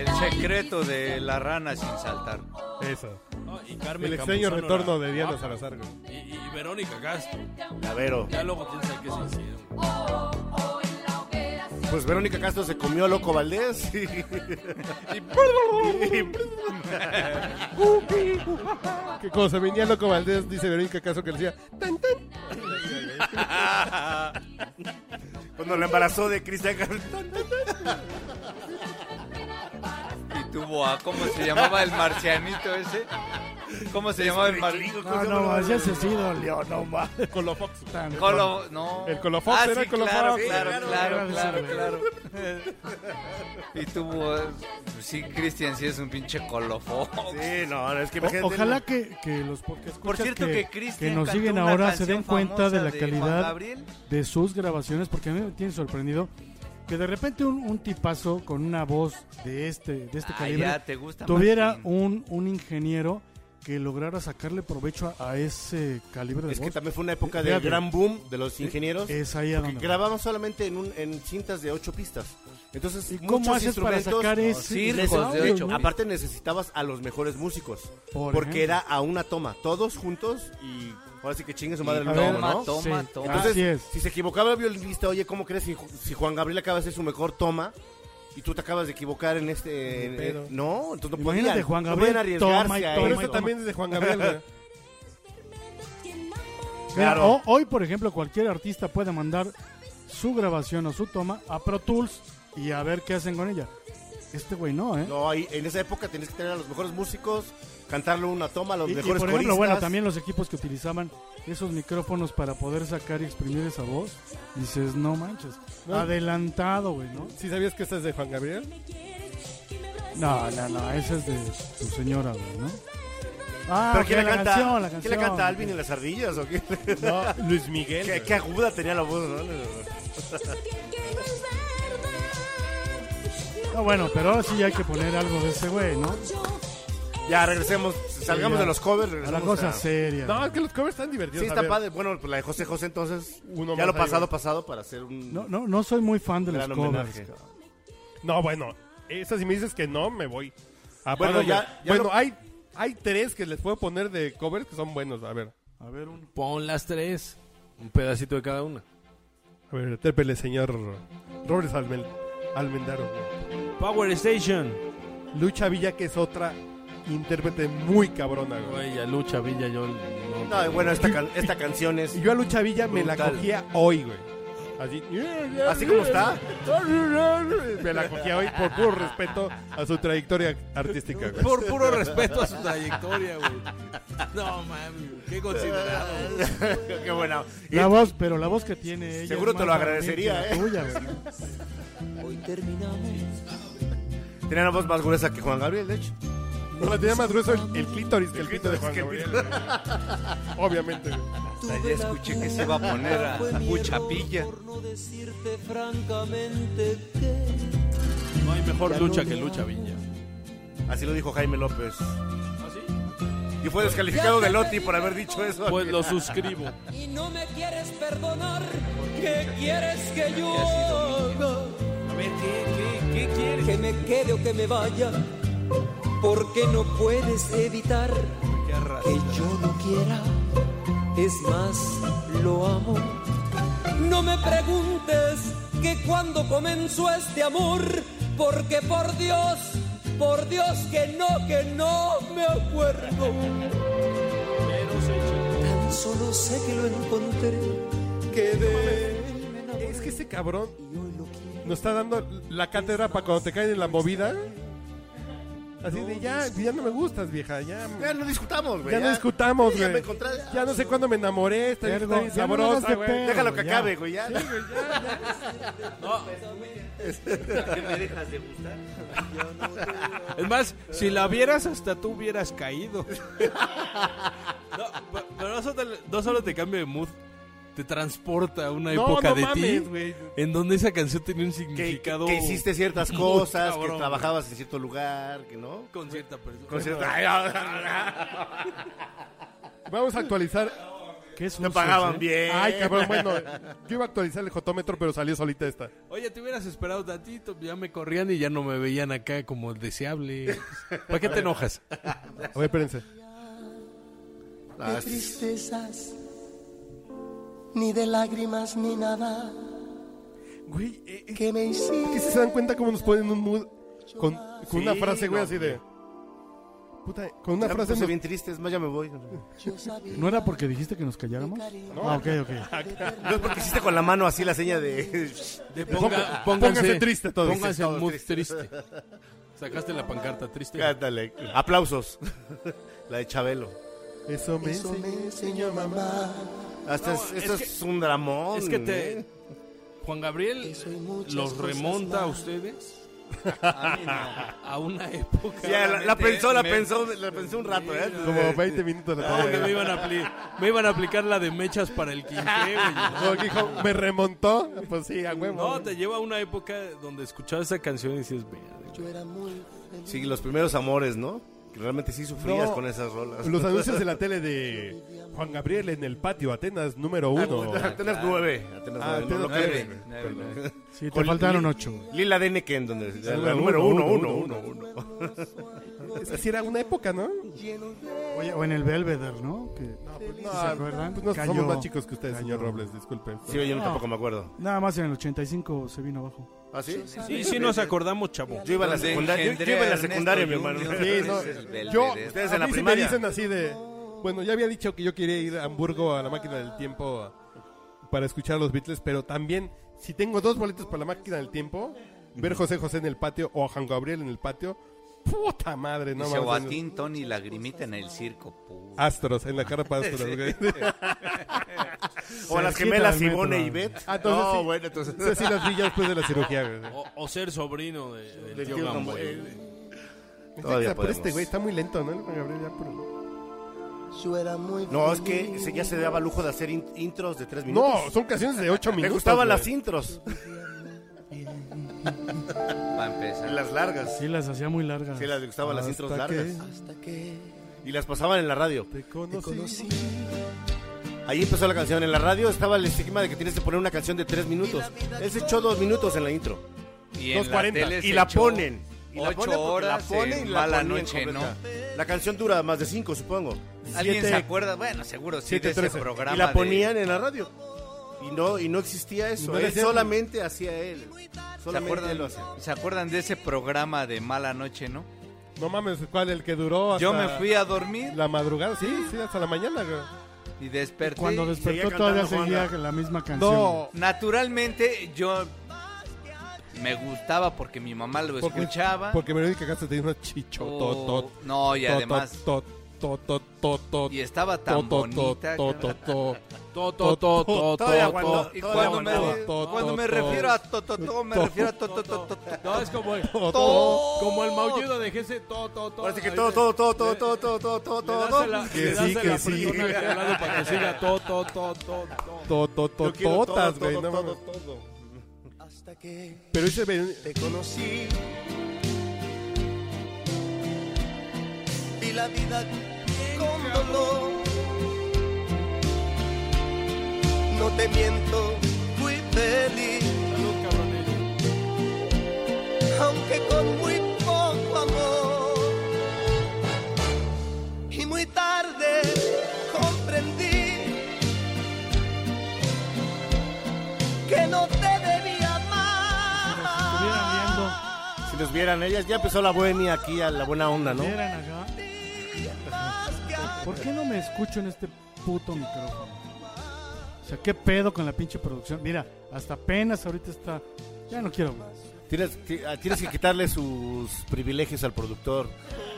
Speaker 1: el secreto de la rana sin saltar.
Speaker 4: Eso.
Speaker 8: No, y Carmen
Speaker 4: El extraño
Speaker 8: Campuzano
Speaker 4: retorno
Speaker 8: era
Speaker 4: de Diana
Speaker 8: guapa.
Speaker 4: Salazar, güey.
Speaker 8: Y, y Verónica Castro.
Speaker 5: La Vero.
Speaker 8: Ya luego quién sabe qué se hicieron.
Speaker 5: Pues Verónica Castro se comió a Loco Valdés. y-
Speaker 4: Que cuando se venía Loco Valdés, dice Verónica Caso que le decía, tan, tan.
Speaker 5: Cuando la embarazó de Cristian Castro.
Speaker 1: Y tuvo a, ¿cómo se llamaba el marcianito ese? ¿Cómo se llamaba el marcianito?
Speaker 3: No, no, más, ya se sí dolió, no más.
Speaker 4: Colofox. Tan.
Speaker 1: Colo, no.
Speaker 4: El Colofox
Speaker 1: Ah,
Speaker 4: era
Speaker 1: sí,
Speaker 4: el Colofox.
Speaker 1: Claro,
Speaker 4: Sí,
Speaker 1: claro,
Speaker 4: claro,
Speaker 1: claro,
Speaker 3: claro,
Speaker 1: claro, claro. Y tuvo, eh, sí, Cristian sí es un pinche colofo.
Speaker 5: Sí, no, no, es que
Speaker 3: O-
Speaker 5: imagínate-
Speaker 3: ojalá que, que los podcasts
Speaker 1: Por cierto que,
Speaker 3: que,
Speaker 1: Cristian
Speaker 3: que nos
Speaker 1: cantó
Speaker 3: siguen
Speaker 1: una
Speaker 3: ahora se
Speaker 1: canción
Speaker 3: den cuenta de
Speaker 1: famosa
Speaker 3: la
Speaker 1: Juan
Speaker 3: calidad
Speaker 1: Gabriel.
Speaker 3: de sus grabaciones, porque a mí me tiene sorprendido que de repente un, un tipazo con una voz de este, de este
Speaker 1: Ah,
Speaker 3: calibre
Speaker 1: ya, te gusta
Speaker 3: tuviera
Speaker 1: Martín.
Speaker 3: un, un ingeniero que lograra sacarle provecho a, a ese calibre de
Speaker 5: Es que
Speaker 3: voz.
Speaker 5: también fue una época de
Speaker 3: Fíjate.
Speaker 5: gran boom de
Speaker 3: eh,
Speaker 5: los ingenieros.
Speaker 3: es ahí a
Speaker 5: Porque
Speaker 3: donde voy.
Speaker 5: grababan solamente en, un- en cintas de ocho pistas. Entonces,
Speaker 3: ¿Y cómo
Speaker 5: muchos
Speaker 3: haces para
Speaker 5: instrumentos-
Speaker 3: sacar ese
Speaker 1: circos
Speaker 3: sound,
Speaker 1: de
Speaker 3: güey?
Speaker 1: ocho?
Speaker 5: Aparte necesitabas a los mejores músicos.
Speaker 3: Por
Speaker 5: porque
Speaker 3: ejemplo.
Speaker 5: era a una toma, todos juntos y ahora sí que chingue su madre el
Speaker 3: A
Speaker 5: lomo,
Speaker 3: ver,
Speaker 5: ¿no?
Speaker 1: toma,
Speaker 3: Sí.
Speaker 1: toma.
Speaker 5: Entonces,
Speaker 3: Así es.
Speaker 5: si se equivocaba el violinista, oye, ¿cómo crees si, si Juan Gabriel acaba de hacer su mejor toma y tú te acabas de equivocar en este... en-
Speaker 4: Pero-
Speaker 5: en- no, entonces no
Speaker 3: Imagínate,
Speaker 5: podían,
Speaker 3: Juan
Speaker 5: no
Speaker 3: Gabriel,
Speaker 5: podían arriesgarse
Speaker 3: toma y
Speaker 5: a
Speaker 3: toma
Speaker 4: Pero
Speaker 5: eso.
Speaker 4: este también es de Juan Gabriel, güey.
Speaker 3: Mira,
Speaker 5: Claro.
Speaker 3: ho- hoy, por ejemplo, cualquier artista puede mandar su grabación o su toma a Pro Tools y a ver qué hacen con ella. Este güey no, ¿eh?
Speaker 5: No, ahí- en esa época tenías que tener a los mejores músicos, cantarlo una toma, a los
Speaker 3: Y- y, por
Speaker 5: mejores
Speaker 3: ejemplo,
Speaker 5: coristas.
Speaker 3: bueno, también los equipos que utilizaban esos micrófonos para poder sacar y exprimir esa voz, dices, no manches,
Speaker 4: No.
Speaker 3: adelantado, güey, ¿no?
Speaker 4: ¿Sí sabías que esta es de Juan Gabriel?
Speaker 3: No, no, no, esa es de su señora, güey, ¿no? Ah,
Speaker 5: ¿Pero quién
Speaker 3: ok,
Speaker 5: la canta?
Speaker 3: canción, la
Speaker 5: ¿Quién la
Speaker 3: canción.
Speaker 5: canta? ¿Alvin y las ardillas o qué?
Speaker 4: No, Luis Miguel.
Speaker 5: ¿Qué, qué aguda tenía la voz, ¿no?
Speaker 3: No, bueno, pero ahora sí ya hay que poner algo de ese güey, ¿no?
Speaker 5: Pues Ya, regresemos. Salgamos
Speaker 3: ya.
Speaker 5: de los covers.
Speaker 3: A la
Speaker 5: Regresamos
Speaker 3: cosa
Speaker 5: a-
Speaker 3: seria.
Speaker 4: No, es que los covers están divertidos.
Speaker 5: Sí,
Speaker 4: a
Speaker 5: está
Speaker 4: ver,
Speaker 5: padre. Bueno, pues la de José José, entonces.
Speaker 4: Uno más
Speaker 5: ya lo
Speaker 4: ahí,
Speaker 5: pasado,
Speaker 4: güey.
Speaker 5: pasado para hacer un
Speaker 3: No, no, no soy muy fan de los
Speaker 5: gran
Speaker 3: covers.
Speaker 5: homenaje.
Speaker 4: No, bueno, esa si me dices que no, me voy. Ah,
Speaker 5: Bueno,
Speaker 4: perdón,
Speaker 5: ya-
Speaker 4: güey.
Speaker 5: ya
Speaker 4: bueno
Speaker 5: lo-
Speaker 4: hay, hay tres que les puedo poner de covers que son buenos. A ver,
Speaker 3: A ver, uno.
Speaker 8: Pon las tres. Un pedacito de cada una.
Speaker 4: a ver, trépele, señor Robles Almel- Almendaro. güey.
Speaker 8: Power Station.
Speaker 4: Lucha Villa, que es otra intérprete muy cabrona, güey.
Speaker 8: Güey, ya lucha Villa, yo. no-
Speaker 5: No, y bueno, esta, can- esta canción es.
Speaker 4: Y yo a Lucha Villa me la
Speaker 5: Brutal.
Speaker 4: cogía hoy, güey. Así,
Speaker 5: ¿Así como está?
Speaker 4: Me la cogí hoy por puro respeto a su trayectoria artística. güey.
Speaker 6: Por puro respeto a su trayectoria, güey. No, mami, güey, qué considerado. güey.
Speaker 5: Qué buena. Y-
Speaker 3: La voz, pero la voz que tiene ella.
Speaker 5: Seguro
Speaker 3: es
Speaker 5: te
Speaker 3: más
Speaker 5: lo
Speaker 3: varonil que la
Speaker 5: agradecería, ¿eh?
Speaker 3: tuya, güey.
Speaker 2: Hoy terminamos.
Speaker 5: Tenía una voz más gruesa que Juan Gabriel, de hecho.
Speaker 4: No la tenía más grueso el, el clítoris que el pito de Juan Gabriel. güey. Obviamente. güey.
Speaker 1: Hasta ya escuché que se va a poner a Puchapilla.
Speaker 2: Por no decirte francamente que
Speaker 6: No hay mejor lucha que lucha Viña.
Speaker 5: Así lo dijo Jaime López. Y fue descalificado de Loti por haber dicho eso.
Speaker 6: Pues lo suscribo.
Speaker 2: y no me quieres perdonar, ¿qué quieres que yo haga?
Speaker 6: A ver, ¿qué, qué, qué quieres?
Speaker 2: Que me quede o que me vaya, porque no puedes evitar que yo no quiera. Es más, lo amo. No me preguntes que cuando comenzó este amor, porque por Dios, por Dios que no, que no me acuerdo. Tan solo sé que lo encontré, que de él me enamoré.
Speaker 4: Es que ese cabrón
Speaker 2: Y hoy lo quiero.
Speaker 4: nos está dando la cátedra para cuando te caen en la movida. Así de ya, ya no me gustas, vieja. Ya,
Speaker 5: Ya no discutamos, güey.
Speaker 4: ya no discutamos,
Speaker 5: Sí, ya
Speaker 4: güey.
Speaker 5: me encontré.
Speaker 4: Ya no sé cuándo me enamoré. Está bien,
Speaker 3: Ergo,
Speaker 4: está bien
Speaker 3: ya no le hagas
Speaker 4: sabrosa,
Speaker 3: de
Speaker 4: güey.
Speaker 3: pedo,
Speaker 5: Déjalo que
Speaker 3: ya.
Speaker 5: acabe, güey. Ya.
Speaker 6: Es más, si la vieras hasta tú hubieras caído. No, pe- pero no solo, te, no solo te cambia de mood, te transporta a una
Speaker 4: No,
Speaker 6: época
Speaker 4: no
Speaker 6: de ti
Speaker 4: mames, güey.
Speaker 6: en donde esa canción tenía un
Speaker 5: Que, que-
Speaker 6: significado
Speaker 5: que hiciste ciertas
Speaker 6: muy
Speaker 5: cosas,
Speaker 6: cabrón,
Speaker 5: que
Speaker 6: güey.
Speaker 5: trabajabas en cierto lugar, que no.
Speaker 6: con cierta persona.
Speaker 5: Con cierta- Ay, ah, ah, ah,
Speaker 4: Vamos a actualizar
Speaker 3: Qué
Speaker 5: Te
Speaker 3: sucios,
Speaker 5: pagaban
Speaker 3: ¿eh?
Speaker 5: bien.
Speaker 4: Ay, cabrón, bueno, yo iba a actualizar el jotómetro, pero salió solita esta.
Speaker 6: Oye, te hubieras esperado tantito, ya me corrían y ya no me veían acá como el deseable. ¿Para qué te enojas?
Speaker 4: A ver, espérense.
Speaker 5: Ah,
Speaker 11: de tristezas, ni de lágrimas, ni nada
Speaker 4: Güey, eh, eh,
Speaker 11: que me
Speaker 4: ¿qué
Speaker 11: hiciste.
Speaker 4: se dan cuenta cómo nos ponen un mood con, con una frase, güey,
Speaker 5: no,
Speaker 4: así de... Puta, con una
Speaker 5: Una frase
Speaker 4: frase... nos-
Speaker 5: bien triste, es más, ya me voy. No
Speaker 11: Yo sabía
Speaker 3: ¿No era porque dijiste que nos calláramos? Ah, ok, ok.
Speaker 5: es porque hiciste con la mano así la seña de.
Speaker 6: De
Speaker 4: Ponga- pónganse triste todos.
Speaker 6: Pónganse en
Speaker 5: Todos
Speaker 6: mood
Speaker 5: tristes.
Speaker 6: triste. Sacaste la pancarta triste.
Speaker 5: Cántale. Aplausos. La de Chabelo.
Speaker 4: Eso me
Speaker 11: eso
Speaker 4: enseñó.
Speaker 11: me enseñó mamá.
Speaker 5: Hasta Ah, este es- esto
Speaker 6: es
Speaker 5: es,
Speaker 6: que-
Speaker 5: un dramón.
Speaker 6: Es que
Speaker 5: ¿eh?
Speaker 6: te... Juan Gabriel
Speaker 11: Eso y muchas
Speaker 6: los
Speaker 11: cosas
Speaker 6: remonta a
Speaker 11: más.
Speaker 6: ustedes a una época
Speaker 5: Ya, la, la
Speaker 1: Claramente,
Speaker 5: pensó, la
Speaker 1: me-
Speaker 5: pensó, la pensó un rato, ¿eh?
Speaker 4: Como 20 minutos la
Speaker 6: donde me
Speaker 4: tarde.
Speaker 6: iban, a apli- me iban a aplicar la de mechas para el quinqué, güey.
Speaker 4: Como que dijo, me remontó. Pues sí, a huevo.
Speaker 6: No, te lleva a una época donde escuchabas esa canción y dices, "Verga".
Speaker 11: Yo era muy feliz.
Speaker 5: Sí, los primeros amores, ¿no? Que realmente sí sufrías
Speaker 4: No.
Speaker 5: con esas rolas.
Speaker 4: Los anuncios de la tele de Juan Gabriel en el patio, Atenas número uno.
Speaker 5: Atenas 9. Atenas
Speaker 4: Ah,
Speaker 5: 9. no lo
Speaker 4: Atenas
Speaker 5: quieren.
Speaker 1: Nueve, nueve, nueve.
Speaker 3: Sí, te
Speaker 5: Con-
Speaker 3: faltaron ocho. güey.
Speaker 5: Lila Deneke en donde. La,
Speaker 4: Número
Speaker 5: número
Speaker 4: uno,
Speaker 5: 1,
Speaker 4: uno,
Speaker 5: 1,
Speaker 4: uno,
Speaker 5: 1, 1.
Speaker 4: Es que sí era una época, ¿no?
Speaker 3: Oye, o en el Belvedere, ¿no? Que-
Speaker 4: Pues
Speaker 3: ¿Sí se acuerdan?
Speaker 4: pues no,
Speaker 3: Cayó.
Speaker 4: somos más chicos que ustedes,
Speaker 3: Cayó.
Speaker 4: señor Robles, disculpe.
Speaker 5: Sí, yo no, tampoco me acuerdo.
Speaker 3: Nada más en el 85 se vino abajo.
Speaker 5: ¿Ah, sí?
Speaker 6: Sí, sí nos acordamos, chavo.
Speaker 5: Yo iba a la
Speaker 1: De
Speaker 5: secundaria, yo, yo
Speaker 1: Engendré
Speaker 5: iba a la
Speaker 1: Ernesto
Speaker 5: secundaria, mi
Speaker 1: Junior.
Speaker 5: hermano.
Speaker 4: Sí, no,
Speaker 1: Ese es el Belvedere.
Speaker 4: yo,
Speaker 5: Ustedes
Speaker 4: a
Speaker 5: en la
Speaker 4: mí sí
Speaker 5: primaria.
Speaker 4: me dicen así de, bueno, ya había dicho que yo quería ir a Hamburgo a la máquina del tiempo a- para escuchar a los Beatles, pero también si tengo dos boletos para la máquina del tiempo, ver a José José en el patio o a Juan Gabriel en el patio, puta madre, no
Speaker 1: Dice
Speaker 4: mames.
Speaker 1: Joaquín, Tony, lagrimita en el circo. puta.
Speaker 4: Astros, en la cara para astros, güey.
Speaker 5: O a las
Speaker 3: Cerquita
Speaker 5: gemelas
Speaker 3: del metro,
Speaker 5: Ivone y
Speaker 3: ¿no?
Speaker 5: Bet.
Speaker 4: Ah, entonces
Speaker 5: no,
Speaker 4: sí.
Speaker 5: bueno, entonces.
Speaker 4: Eso sí las vi ya después de la cirugía, güey.
Speaker 6: O, o ser sobrino de- del
Speaker 5: Del
Speaker 6: tío
Speaker 5: tío
Speaker 6: Gamboa.
Speaker 5: Gamboa.
Speaker 4: O
Speaker 5: Todavía
Speaker 4: sea, por este
Speaker 5: podemos.
Speaker 4: güey está muy lento, ¿no? El Juan Gabriel ya por...
Speaker 11: Yo era muy feliz.
Speaker 5: No, es que se- ya se daba lujo de hacer in- intros de tres minutos.
Speaker 4: No, son canciones de 8
Speaker 5: me
Speaker 4: minutos.
Speaker 5: gustaban
Speaker 4: güey.
Speaker 5: las intros,
Speaker 1: Va a empezar.
Speaker 5: las largas.
Speaker 3: Sí, las hacía muy largas.
Speaker 5: Sí, las me gustaban
Speaker 4: Ah,
Speaker 5: las intros
Speaker 4: Hasta que
Speaker 5: largas.
Speaker 11: Hasta que
Speaker 5: Y las pasaban en la radio.
Speaker 4: Te conocí.
Speaker 11: te conocí.
Speaker 5: Ahí empezó la canción. En la radio estaba el estigma de que tienes que poner una canción de tres minutos. Él se echó dos minutos en la intro.
Speaker 1: Y en
Speaker 5: Dos
Speaker 1: la
Speaker 5: cuarenta.
Speaker 1: tele se
Speaker 5: Y la
Speaker 1: echó
Speaker 5: ponen. Y la
Speaker 1: ocho
Speaker 5: ponen porque la
Speaker 1: horas
Speaker 5: ponen
Speaker 1: en
Speaker 5: y la
Speaker 1: mala
Speaker 5: ponían
Speaker 1: noche,
Speaker 5: completa.
Speaker 1: ¿no?
Speaker 5: La canción dura más de cinco, supongo.
Speaker 1: ¿Alguien se
Speaker 4: Siete-
Speaker 1: acuerda? Bueno, seguro sí
Speaker 4: siete,
Speaker 1: de ese
Speaker 4: trece.
Speaker 1: programa.
Speaker 5: y la
Speaker 1: de-
Speaker 5: ponían en la radio. Y no, y no existía
Speaker 4: Y
Speaker 5: eso.
Speaker 4: no le
Speaker 5: él
Speaker 4: hacían-
Speaker 5: solamente hacía él.
Speaker 1: ¿Se
Speaker 5: Solamente él lo
Speaker 1: acuerdan,
Speaker 5: hacía.
Speaker 1: ¿Se acuerdan de ese programa de Mala Noche, no?
Speaker 4: No mames, ¿cuál? El que duró hasta
Speaker 1: Yo me fui a dormir
Speaker 4: la madrugada. Sí, sí, hasta la mañana, güey.
Speaker 1: Y desperté.
Speaker 3: Cuando
Speaker 1: y-
Speaker 3: despertó
Speaker 5: seguía
Speaker 3: todavía
Speaker 5: cantando
Speaker 3: seguía
Speaker 5: Juanga.
Speaker 3: la misma canción.
Speaker 4: No,
Speaker 1: Naturalmente yo me gustaba porque mi mamá lo
Speaker 4: Porque-
Speaker 1: escuchaba.
Speaker 4: porque Verónica Castro tenía una chicho. tot,
Speaker 1: O-
Speaker 4: tot,
Speaker 1: no, y
Speaker 4: tot,
Speaker 1: además
Speaker 4: tot, tot, tot, tot, tot,
Speaker 1: y estaba tan
Speaker 4: tot, tot,
Speaker 1: bonita.
Speaker 4: tot,
Speaker 1: cabrón.
Speaker 4: tot, tot.
Speaker 6: To, to, to, to,
Speaker 5: Todavía
Speaker 6: to,
Speaker 5: aguantó.
Speaker 6: to.
Speaker 1: Y
Speaker 5: Todavía
Speaker 1: cuando me,
Speaker 5: aguantaba.
Speaker 4: To,
Speaker 1: cuando
Speaker 4: to,
Speaker 1: me
Speaker 4: to.
Speaker 1: refiero a tototó, me
Speaker 4: To.
Speaker 1: refiero a tototó.
Speaker 6: No, es como el,
Speaker 4: To,
Speaker 6: to, como el maullido de Jesse. To, to, to.
Speaker 5: Ahora sí que todo, todo, todo, todo, todo, todo, todo, todo,
Speaker 6: Le
Speaker 5: todo,
Speaker 6: das a la,
Speaker 5: todo.
Speaker 6: que le das a la persona que al lado para que siga. To, to, to, to, to.
Speaker 4: To, to, to,
Speaker 5: Yo quiero
Speaker 4: totas,
Speaker 5: todo,
Speaker 4: güey, no
Speaker 5: todo, todo,
Speaker 4: mames.
Speaker 5: todo.
Speaker 2: Hasta que
Speaker 4: Pero ese Ver-
Speaker 2: te conocí. Y la vida con dolor. No te miento, fui feliz. Aunque con muy poco amor. Y muy tarde comprendí que no te debía
Speaker 3: Estuvieran
Speaker 2: amar.
Speaker 3: viendo,
Speaker 5: Si nos vieran ellas, ya empezó la buena aquí, a la buena onda, ¿no?
Speaker 3: vieran acá. ¿Por qué no me escucho en este puto micrófono? O sea, qué pedo con la pinche producción. Mira, hasta apenas ahorita está. Ya no quiero más.
Speaker 5: Tienes, ti- ah, tienes que quitarle sus privilegios al productor.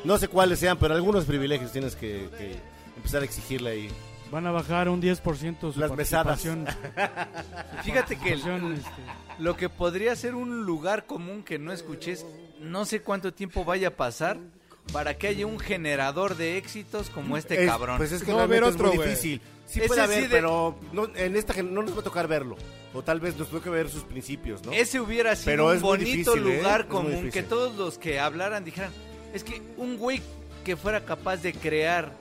Speaker 5: No sé cuáles sean, pero algunos privilegios tienes que, que empezar a exigirle ahí.
Speaker 3: Van a bajar un 10% su
Speaker 5: Las mesadas.
Speaker 3: participación.
Speaker 1: Fíjate que el-
Speaker 3: participación, este,
Speaker 1: lo que podría ser un lugar común que no escuches, no sé cuánto tiempo vaya a pasar para que haya un generador de éxitos como este
Speaker 5: Es-
Speaker 1: cabrón.
Speaker 5: Pues es que
Speaker 4: No
Speaker 5: no
Speaker 4: va a haber
Speaker 5: es
Speaker 4: otro,
Speaker 5: muy
Speaker 4: güey.
Speaker 5: difícil. Sí
Speaker 1: Ese
Speaker 5: puede
Speaker 1: sí
Speaker 5: haber,
Speaker 1: de-
Speaker 5: pero no, en esta gen- no nos va a tocar verlo. O tal vez nos toque ver sus principios, ¿no?
Speaker 1: Ese hubiera sido
Speaker 5: Pero
Speaker 1: un
Speaker 5: es muy
Speaker 1: bonito
Speaker 5: difícil, ¿eh?
Speaker 1: lugar
Speaker 5: Es muy
Speaker 1: común
Speaker 5: difícil.
Speaker 1: que todos los que hablaran dijeran, es que un güey que fuera capaz de crear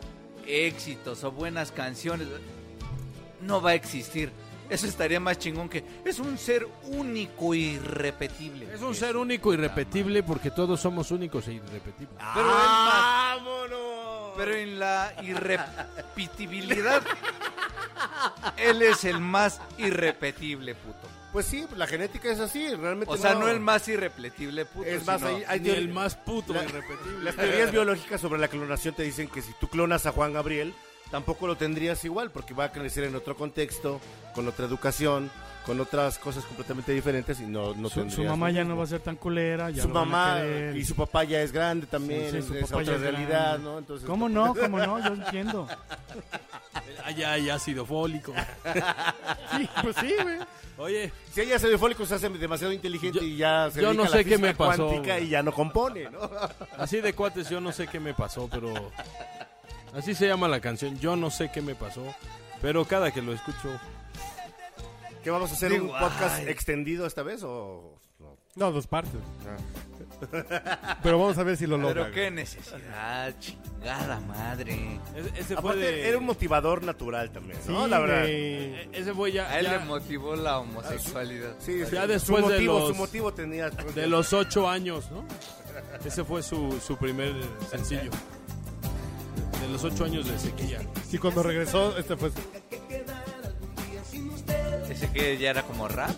Speaker 1: éxitos o buenas canciones no va a existir. Eso estaría más chingón que es un ser único y irrepetible.
Speaker 6: Es un ser único y repetible porque todos somos únicos e irrepetibles.
Speaker 5: Ah,
Speaker 1: Pero, en la-
Speaker 5: ¡Vámonos!
Speaker 1: pero en la irrepetibilidad él es el más irrepetible, puto.
Speaker 5: Pues sí, la genética es así, realmente.
Speaker 1: O sea, no el más irrepetible, puto.
Speaker 5: Es más,
Speaker 1: sino-
Speaker 5: ahí, ahí
Speaker 6: Ni
Speaker 5: tiene-
Speaker 6: el más puto e
Speaker 5: la-
Speaker 6: irrepetible.
Speaker 5: Las teorías biológicas sobre la clonación te dicen que si tú clonas a Juan Gabriel, tampoco lo tendrías igual, porque va a crecer en otro contexto, con otra educación, con otras cosas completamente diferentes y no, no
Speaker 3: su, su
Speaker 5: tendrías
Speaker 3: mamá
Speaker 5: lo
Speaker 3: ya
Speaker 5: mismo.
Speaker 3: no va a ser tan culera. Ya
Speaker 5: su
Speaker 3: lo van a
Speaker 5: mamá
Speaker 3: querer.
Speaker 5: y su papá ya es grande también,
Speaker 3: Sí, sí, su
Speaker 5: es
Speaker 3: papá
Speaker 5: otra
Speaker 3: ya es
Speaker 5: realidad,
Speaker 3: grande.
Speaker 5: ¿no? Entonces,
Speaker 3: ¿Cómo no? ¿Cómo no? Yo entiendo.
Speaker 6: Ah,
Speaker 8: Allá hay ácido fólico.
Speaker 4: Sí, pues sí, güey.
Speaker 8: Oye,
Speaker 5: Si ella se fólico, se hace demasiado inteligente
Speaker 6: Yo-
Speaker 5: y ya se
Speaker 6: yo
Speaker 5: dedica a
Speaker 6: no
Speaker 5: la
Speaker 6: sé qué
Speaker 5: física
Speaker 6: me pasó,
Speaker 5: cuántica
Speaker 6: güey.
Speaker 5: y ya no compone, ¿no?
Speaker 6: Así de cuates, yo no sé qué me pasó, pero. Así se llama la canción. Yo no sé qué me pasó. Pero cada que lo escucho.
Speaker 5: ¿Qué vamos a hacer? ¿Un podcast extendido esta vez o...? no?
Speaker 4: No, dos partes. Pero vamos a ver si lo logra.
Speaker 1: Pero qué necesidad, chingada madre.
Speaker 8: es- ese fue
Speaker 5: Aparte,
Speaker 8: de...
Speaker 5: era un motivador natural también,
Speaker 4: güey.
Speaker 5: ¿no?
Speaker 4: Sí,
Speaker 5: la verdad.
Speaker 4: güey.
Speaker 6: e- Ese fue ya.
Speaker 1: A él
Speaker 6: ya
Speaker 1: le motivó la homosexualidad.
Speaker 5: Sí,
Speaker 6: Ya
Speaker 5: sí.
Speaker 6: después
Speaker 5: su
Speaker 6: de
Speaker 5: motivo,
Speaker 6: los-
Speaker 5: su motivo tenía
Speaker 6: de los ocho años, ¿no? Ese fue su, su primer sencillo. De los ocho años de sequía.
Speaker 4: Y cuando regresó, este fue.
Speaker 1: Ese que ya era como rap.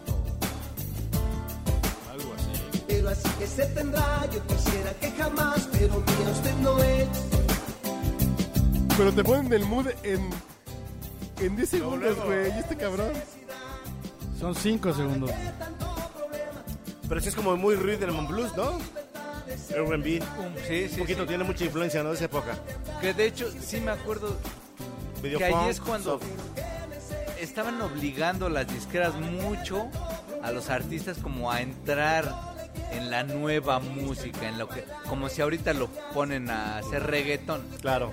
Speaker 6: Algo así.
Speaker 2: Pero así que se tendrá, yo quisiera que jamás, pero mira usted no es.
Speaker 4: Pero te ponen el mood en. En 10 segundos, güey. Y este cabrón.
Speaker 3: Son 5 segundos.
Speaker 5: Pero sí es como muy rhythm and blues, ¿no? R&B.
Speaker 1: Sí,
Speaker 5: Un
Speaker 1: sí,
Speaker 5: poquito,
Speaker 1: sí.
Speaker 5: tiene mucha influencia, ¿no? De esa época.
Speaker 1: Que de hecho, sí me acuerdo
Speaker 5: Medio
Speaker 1: que ahí
Speaker 5: funk,
Speaker 1: es cuando
Speaker 5: soft.
Speaker 1: estaban obligando las disqueras mucho a los artistas como a entrar en la nueva música, en lo que como si ahorita lo ponen a hacer reggaetón.
Speaker 5: Claro.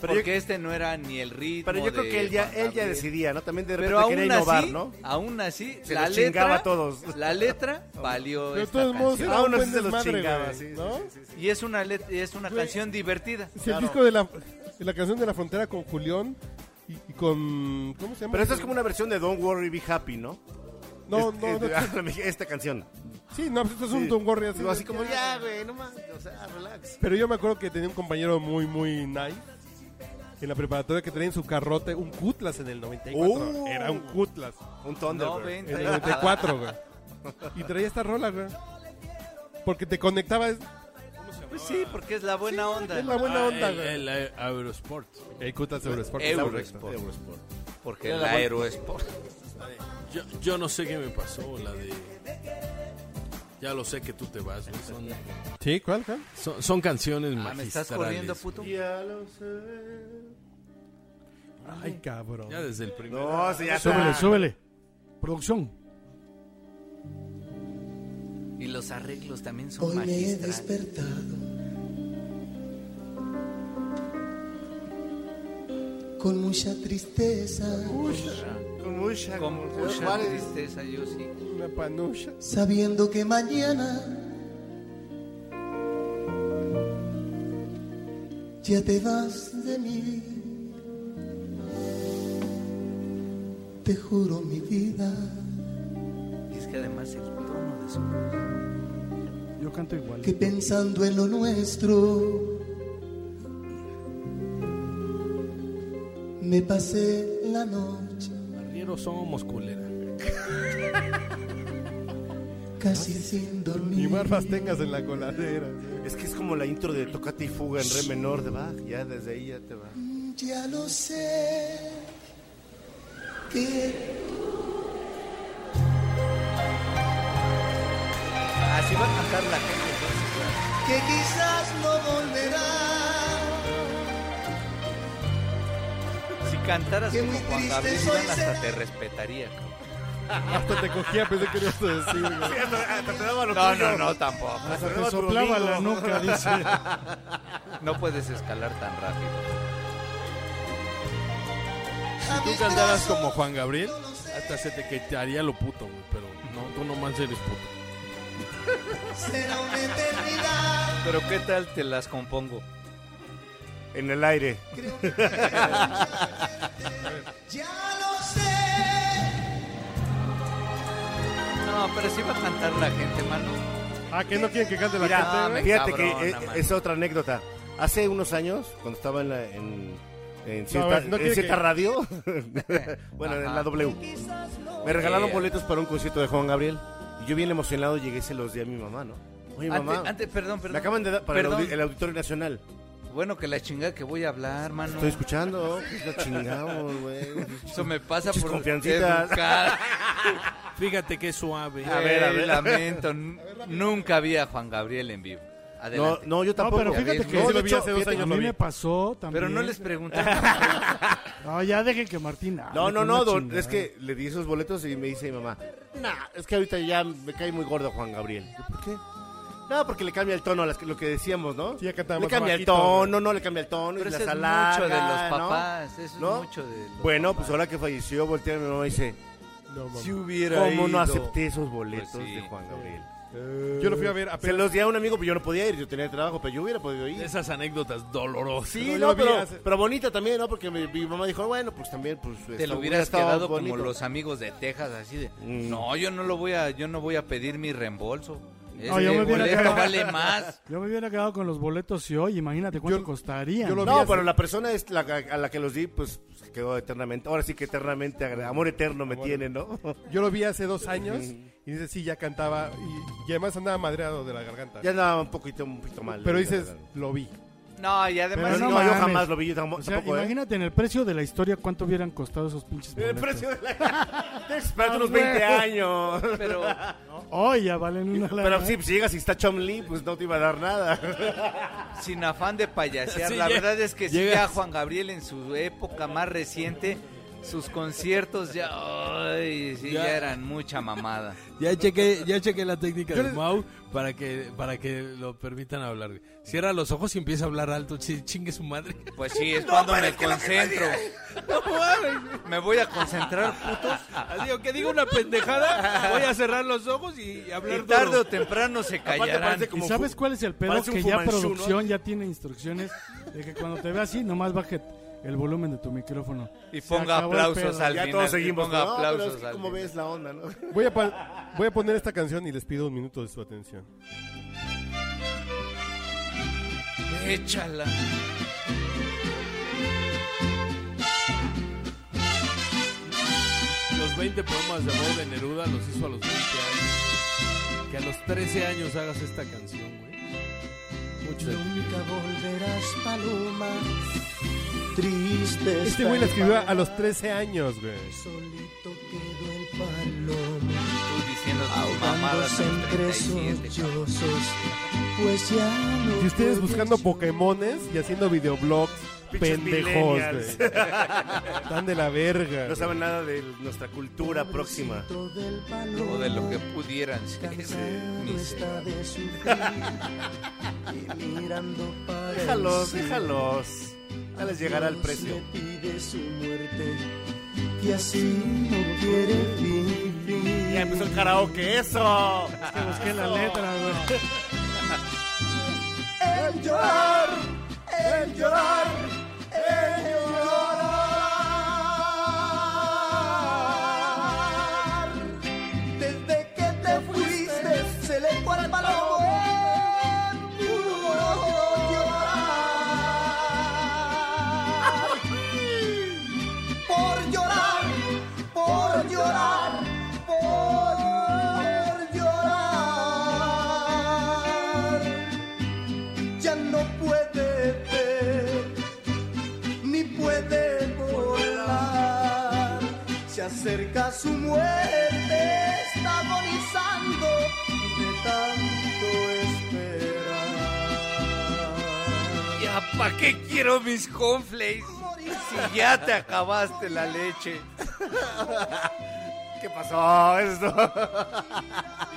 Speaker 5: Pero yo,
Speaker 1: porque este no era ni el ritmo.
Speaker 5: pero yo creo
Speaker 1: de
Speaker 5: que él ya,
Speaker 1: Juan
Speaker 5: él ya
Speaker 1: Gabriel.
Speaker 5: decidía, ¿no? También de repente
Speaker 1: Pero aún
Speaker 5: quería
Speaker 1: así,
Speaker 5: innovar, ¿no?
Speaker 1: aún así,
Speaker 5: Se
Speaker 1: la
Speaker 5: los chingaba
Speaker 1: letra,
Speaker 5: a todos.
Speaker 1: la letra valió
Speaker 4: Pero de
Speaker 1: esta
Speaker 4: todos modos,
Speaker 1: canción.
Speaker 4: era
Speaker 5: Aún
Speaker 4: un buen
Speaker 5: así se los
Speaker 4: desmadre,
Speaker 5: chingaba,
Speaker 4: güey,
Speaker 5: sí, sí,
Speaker 4: ¿no?
Speaker 1: Y es una let- es una canción divertida.
Speaker 4: Si el disco de la, de la canción de la frontera con Julián y, y con. ¿Cómo se llama?
Speaker 5: Pero esta es como una versión de Don't Worry, Be Happy, ¿no?
Speaker 4: No,
Speaker 5: Es-
Speaker 4: no,
Speaker 5: es-
Speaker 4: no.
Speaker 5: Esta canción.
Speaker 4: Sí, no, pues esto es
Speaker 5: Sí.
Speaker 4: un Don Gorri así.
Speaker 5: Digo, así como,
Speaker 1: "Ah,
Speaker 5: ya, güey, no más, o sea, relax.
Speaker 4: Pero yo me acuerdo que tenía un compañero muy, muy nice. En la preparatoria que traía en su carrote un cutlass en el 94.
Speaker 5: Oh.
Speaker 4: Era un cutlass.
Speaker 5: Un Thunderbird.
Speaker 1: No, ven.
Speaker 4: En el 94, güey. Y traía esta rola, güey. Porque te conectaba. Es,
Speaker 1: Pues sí, porque es la buena onda.
Speaker 4: Es la buena onda,
Speaker 6: el,
Speaker 4: güey.
Speaker 6: el, eh, Eurosport.
Speaker 4: El cutas Eurosport. está
Speaker 1: Eurosport.
Speaker 4: correcto.
Speaker 5: Eurosport.
Speaker 1: Porque el Aerosport.
Speaker 6: Yo, yo no sé qué me pasó, la de... Ya lo sé que tú te vas, güey. Son,
Speaker 4: Sí, ¿cuál, cuál?
Speaker 6: son- son canciones
Speaker 1: Ah, me estás
Speaker 6: magistrales.
Speaker 1: corriendo, puto.
Speaker 4: Ay, cabrón.
Speaker 6: Ya desde el primer...
Speaker 5: No, sí, ya
Speaker 3: Súbele,
Speaker 5: está.
Speaker 3: súbele. Producción.
Speaker 1: Y los arreglos también son
Speaker 9: Hoy me he
Speaker 1: magistrales.
Speaker 9: despertado con mucha tristeza.
Speaker 1: Con mucha tristeza, yo sí.
Speaker 4: Una panucha.
Speaker 9: sabiendo que mañana ya te vas de mí. Te juro mi vida,
Speaker 1: Y es que además el tono de su
Speaker 3: Yo canto igual.
Speaker 9: que pensando en lo nuestro, me pasé la noche
Speaker 8: Arrieros somos culera.
Speaker 9: casi sin
Speaker 4: Ni
Speaker 9: dormir.
Speaker 4: barbas tengas en la coladera.
Speaker 5: Es que es como la intro de Tocate y Fuga en re menor de Bach. Ya desde ahí ya te va.
Speaker 9: Ya lo sé que
Speaker 1: Así va a cantar la gente. entonces,
Speaker 9: que quizás no volverá,
Speaker 1: claro. Si cantaras
Speaker 9: Qué
Speaker 1: como
Speaker 9: muy
Speaker 1: Juan
Speaker 9: triste
Speaker 1: Gabriel,
Speaker 9: soy
Speaker 1: Iván,
Speaker 9: ser-
Speaker 1: hasta te respetaría. cabrón.
Speaker 4: Hasta te cogía, pensé que ibas a decir, güey.
Speaker 1: No, no, no, tampoco.
Speaker 3: Te soplaba la nuca, dice.
Speaker 1: No puedes escalar tan rápido.
Speaker 9: a
Speaker 6: Tú
Speaker 9: mis
Speaker 6: cantaras
Speaker 9: brazos.
Speaker 6: como Juan Gabriel, hasta se te quitaría lo puto, güey, pero no, tú nomás eres puto.
Speaker 9: Será una eternidad.
Speaker 1: Pero ¿qué tal te las compongo?
Speaker 5: En el aire.
Speaker 9: Creo que ya lo sé.
Speaker 1: No, pero sí va a cantar la gente, mano.
Speaker 4: Ah, que no quieren que cante la
Speaker 1: Mira,
Speaker 4: gente, güey?
Speaker 1: me-
Speaker 5: Fíjate
Speaker 1: cabrón,
Speaker 5: que eh,
Speaker 1: no
Speaker 5: es,
Speaker 1: mames.
Speaker 5: otra anécdota. Hace unos años, cuando estaba en, la- en- en
Speaker 4: a
Speaker 5: cierta,
Speaker 4: ver, no
Speaker 5: en
Speaker 4: quiere
Speaker 5: cierta
Speaker 4: que-
Speaker 5: radio, bueno, en
Speaker 1: Ajá.
Speaker 5: la W, me regalaron
Speaker 1: Eh.
Speaker 5: boletos para un concierto de Juan Gabriel. Y yo bien emocionado llegué y se los di a mi mamá, ¿no? Oye, mamá,
Speaker 1: Antes, antes, perdón, perdón.
Speaker 5: me acaban de dar para el,
Speaker 1: Perdón.
Speaker 5: audi- el Auditorio Nacional.
Speaker 1: Bueno, que la chingada que voy a hablar, mano.
Speaker 5: Estoy escuchando, pues la chingamos, güey.
Speaker 1: Eso me pasa
Speaker 5: Muchas
Speaker 1: por
Speaker 5: confiancitas.
Speaker 1: educada.
Speaker 8: Fíjate qué suave.
Speaker 1: A ver, a ver. Lamento, n- nunca vi a Juan Gabriel en vivo.
Speaker 5: No,
Speaker 1: Adelante.
Speaker 5: no, yo tampoco.
Speaker 3: pero fíjate
Speaker 5: Ya
Speaker 3: que
Speaker 5: ves, no,
Speaker 3: sí
Speaker 5: de
Speaker 4: lo vi
Speaker 5: hecho,
Speaker 4: hace dos
Speaker 5: fíjate-
Speaker 3: A
Speaker 4: años.
Speaker 3: mí me pasó también.
Speaker 1: pero no les pregunté.
Speaker 3: No, ya dejen que Martín. hable,
Speaker 5: No, no,
Speaker 3: con
Speaker 5: no,
Speaker 3: una
Speaker 5: don-
Speaker 3: chingada.
Speaker 5: es que le di esos boletos y me dice mi mamá, nah, es que ahorita ya me cae muy gordo Juan Gabriel. Yo, ¿Por qué? No, porque le cambia el tono, las que- lo que decíamos, ¿no?
Speaker 4: Sí, ya cantaba
Speaker 5: le
Speaker 4: más
Speaker 5: cambia
Speaker 4: bajito,
Speaker 5: el tono, no le cambia el tono
Speaker 1: Pero
Speaker 5: y
Speaker 1: eso
Speaker 5: las
Speaker 1: es
Speaker 5: alarga,
Speaker 1: mucho de los
Speaker 5: ¿no?
Speaker 1: papás. Eso es
Speaker 5: ¿No?
Speaker 1: mucho de los
Speaker 5: Bueno,
Speaker 1: papás.
Speaker 5: pues ahora que falleció, voltea a mi mamá y dice,
Speaker 4: No, mames.
Speaker 1: Si hubiera
Speaker 5: ¿cómo no
Speaker 1: ido?
Speaker 5: acepté esos boletos
Speaker 1: Pues sí.
Speaker 5: de Juan Gabriel?
Speaker 4: Yo lo fui a ver
Speaker 5: Se
Speaker 4: apenas.
Speaker 5: los di a un amigo, pero yo no podía ir, yo tenía trabajo, pero yo hubiera podido ir.
Speaker 6: Esas anécdotas dolorosas.
Speaker 5: Sí,
Speaker 4: Pero yo
Speaker 5: no,
Speaker 4: lo vi
Speaker 5: pero,
Speaker 4: hace-
Speaker 5: pero bonita también, ¿no? Porque mi, mi mamá dijo, bueno, pues también, pues...
Speaker 1: Te lo hubieras quedado como los amigos de Texas, así de,
Speaker 5: Mm.
Speaker 1: no, yo no lo voy a, yo no voy a pedir mi reembolso. Este
Speaker 3: No, yo me hubiera
Speaker 1: boleto
Speaker 3: quedado-
Speaker 1: vale más.
Speaker 3: Yo me hubiera quedado con los boletos y hoy, imagínate cuánto pues,
Speaker 4: Yo-
Speaker 3: costaría.
Speaker 4: yo lo vi
Speaker 5: No,
Speaker 4: hace-
Speaker 5: pero la persona es la, a la que los di, pues se quedó eternamente. Ahora sí que eternamente, agra- amor eterno me tiene, ¿no?
Speaker 4: Yo lo vi hace dos años y dice, sí, ya cantaba y, y además andaba madreado de la garganta.
Speaker 5: ya andaba un poquito, un poquito mal.
Speaker 4: pero
Speaker 5: eh,
Speaker 4: dices,
Speaker 5: la verdad.
Speaker 4: lo vi.
Speaker 1: No, y
Speaker 5: Pero
Speaker 1: además,
Speaker 3: Pero
Speaker 5: no,
Speaker 3: no
Speaker 5: yo
Speaker 3: mames.
Speaker 5: jamás lo vi, yo tam-
Speaker 3: O sea,
Speaker 5: tampoco, ¿eh?
Speaker 3: imagínate en el precio de la historia cuánto hubieran costado esos pinches
Speaker 5: El
Speaker 3: boletos.
Speaker 5: precio de la... Espérate unos 20 años.
Speaker 1: pero
Speaker 3: Hoy ya valen una lana.
Speaker 5: Pero sí, si llegas y está Chom Lee, pues no te iba a dar nada.
Speaker 1: sin afán de payasear,
Speaker 8: Sí,
Speaker 1: la
Speaker 8: lle-
Speaker 1: verdad es que si
Speaker 8: llegas.
Speaker 1: ya Juan Gabriel en su época más reciente, sus conciertos ya, ay, sí,
Speaker 8: Ya.
Speaker 1: ya eran mucha mamada.
Speaker 8: Ya chequé, ya chequé la técnica
Speaker 4: Yo
Speaker 8: de
Speaker 4: les-
Speaker 8: Mau para que, para que lo permitan hablar. güey. Cierra los ojos y empieza a hablar alto. Ch- Chingue su madre.
Speaker 1: Pues sí, es cuando me concentro. me voy a concentrar, putos.
Speaker 8: Así, aunque diga una pendejada, voy a cerrar los ojos y hablar
Speaker 1: Y tarde
Speaker 8: duro.
Speaker 1: o temprano se callarán.
Speaker 5: parece
Speaker 3: ¿Y
Speaker 5: como
Speaker 3: sabes
Speaker 5: fu-
Speaker 3: cuál es el pedo?
Speaker 5: parece un
Speaker 3: Que ya
Speaker 5: Fumanchu, ¿no?
Speaker 3: producción ya tiene instrucciones de que cuando te ve así, nomás baje el volumen de tu micrófono.
Speaker 1: Y
Speaker 3: Se
Speaker 1: ponga
Speaker 3: acabó el
Speaker 1: aplausos
Speaker 3: pedo.
Speaker 1: al
Speaker 5: Ya
Speaker 1: final,
Speaker 5: todos
Speaker 1: y
Speaker 5: seguimos.
Speaker 1: ponga
Speaker 5: ¿no?
Speaker 1: aplausos
Speaker 5: pero es que
Speaker 1: al
Speaker 5: como
Speaker 1: final.
Speaker 5: ves la onda, ¿no?
Speaker 4: Voy a, pa- voy a poner esta canción y les pido un minuto de su atención.
Speaker 1: Échala.
Speaker 6: Los 20 poemas de voz de Neruda los hizo a los 20 años. Que a los 13 años hagas esta canción, güey.
Speaker 5: mucho.
Speaker 2: Nunca volverás, paloma. Triste.
Speaker 4: Este güey la escribió a los 13 años, güey.
Speaker 2: Solito quedó el paloma.
Speaker 1: Tú diciendo tus mamadas a
Speaker 2: Ahogándose
Speaker 1: los
Speaker 2: entre
Speaker 1: 37. cabrón.
Speaker 2: sollozos. Pues ya no.
Speaker 4: Y ustedes
Speaker 2: puedes
Speaker 4: buscando Pokémones y haciendo videoblogs. Pendejos,
Speaker 5: millennials.
Speaker 4: güey. Están de la verga.
Speaker 5: No
Speaker 4: güey.
Speaker 5: saben nada de nuestra cultura próxima.
Speaker 2: Pobrecito del
Speaker 1: O de lo que
Speaker 2: paloma.
Speaker 1: pudieran ser.
Speaker 2: Cansado
Speaker 1: Ni
Speaker 2: está
Speaker 1: sé.
Speaker 2: de sufrir y mirando para el
Speaker 5: Déjalos,
Speaker 2: cielo,
Speaker 5: déjalos. Ya les llegará el
Speaker 2: Dios
Speaker 5: precio.
Speaker 2: le pide su muerte y así no quiere vivir.
Speaker 5: Ya empezó el karaoke, eso.
Speaker 3: Busqué la letra, güey.
Speaker 2: El llorar, el llorar, el llorar. Desde que te fuiste se le fue al palomo en puro llorar. Por llorar, por llorar, por llorar ya no puede ver, ni puede volar. Se acerca su muerte, está agonizando de tanto esperar.
Speaker 1: Ya, ¿pa' qué quiero mis conflays? Si ya te acabaste la leche.
Speaker 5: ¿Qué pasó? Esto.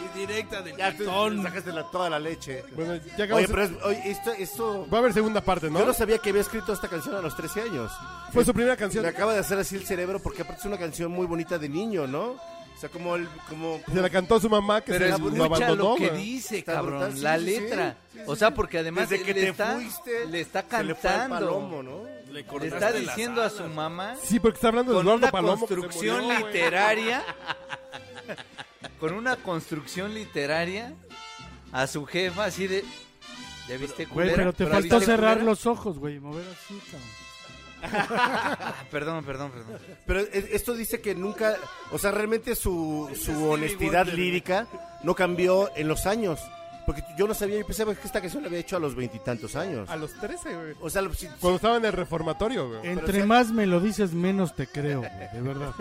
Speaker 6: Y directa del
Speaker 5: Ya te
Speaker 6: cartón.
Speaker 5: sacaste la- toda la leche.
Speaker 4: Bueno, ya acabamos.
Speaker 5: Oye, pero es, oye, esto, esto-
Speaker 4: Va a haber segunda parte, Pues, ¿no?
Speaker 5: Yo no sabía que había escrito esta canción a los 13 años.
Speaker 4: Fue su primera canción.
Speaker 5: Le acaba de hacer así el cerebro porque aparte es una canción muy bonita de niño, ¿no? O sea, como el... Como...
Speaker 4: Se la cantó su mamá que
Speaker 1: Pero
Speaker 4: se lo
Speaker 1: escucha
Speaker 4: abandonó.
Speaker 1: lo que
Speaker 4: güey.
Speaker 1: dice,
Speaker 5: Está
Speaker 1: cabrón.
Speaker 5: brutal, sí,
Speaker 1: la
Speaker 5: sí, sí,
Speaker 1: letra.
Speaker 5: sí, sí,
Speaker 1: o sea, porque además
Speaker 5: Desde que
Speaker 1: le,
Speaker 5: te
Speaker 1: está,
Speaker 5: fuiste,
Speaker 1: le está
Speaker 5: se le fue al
Speaker 1: cantando.
Speaker 5: palomo, ¿no?
Speaker 6: Le
Speaker 1: Le
Speaker 6: cortaste
Speaker 1: está
Speaker 6: las
Speaker 1: diciendo a
Speaker 6: alas.
Speaker 1: su mamá
Speaker 4: Sí, porque está hablando de
Speaker 1: con
Speaker 4: Eduardo
Speaker 1: una
Speaker 4: Palomo. que se
Speaker 1: construcción
Speaker 4: murió, güey.
Speaker 1: literaria. con una construcción literaria a su jefa así de. ¿Ya viste
Speaker 3: Güey,
Speaker 1: culera?
Speaker 3: pero te
Speaker 1: ¿Ya
Speaker 3: faltó
Speaker 1: viste
Speaker 3: cerrar
Speaker 1: culera?
Speaker 3: los ojos, güey, y mover así, cabrón.
Speaker 1: Ah, perdón, perdón, perdón.
Speaker 5: Pero eh, esto dice que nunca, o sea, realmente su, su honestidad lírica no cambió en los años. Porque yo no sabía, yo pensaba que esta canción la había hecho a los veintitantos años.
Speaker 4: A los 13, güey.
Speaker 5: O sea, lo- si-
Speaker 4: Cuando estaba en el reformatorio, güey.
Speaker 3: Entre más me lo dices, menos te creo, güey, de verdad.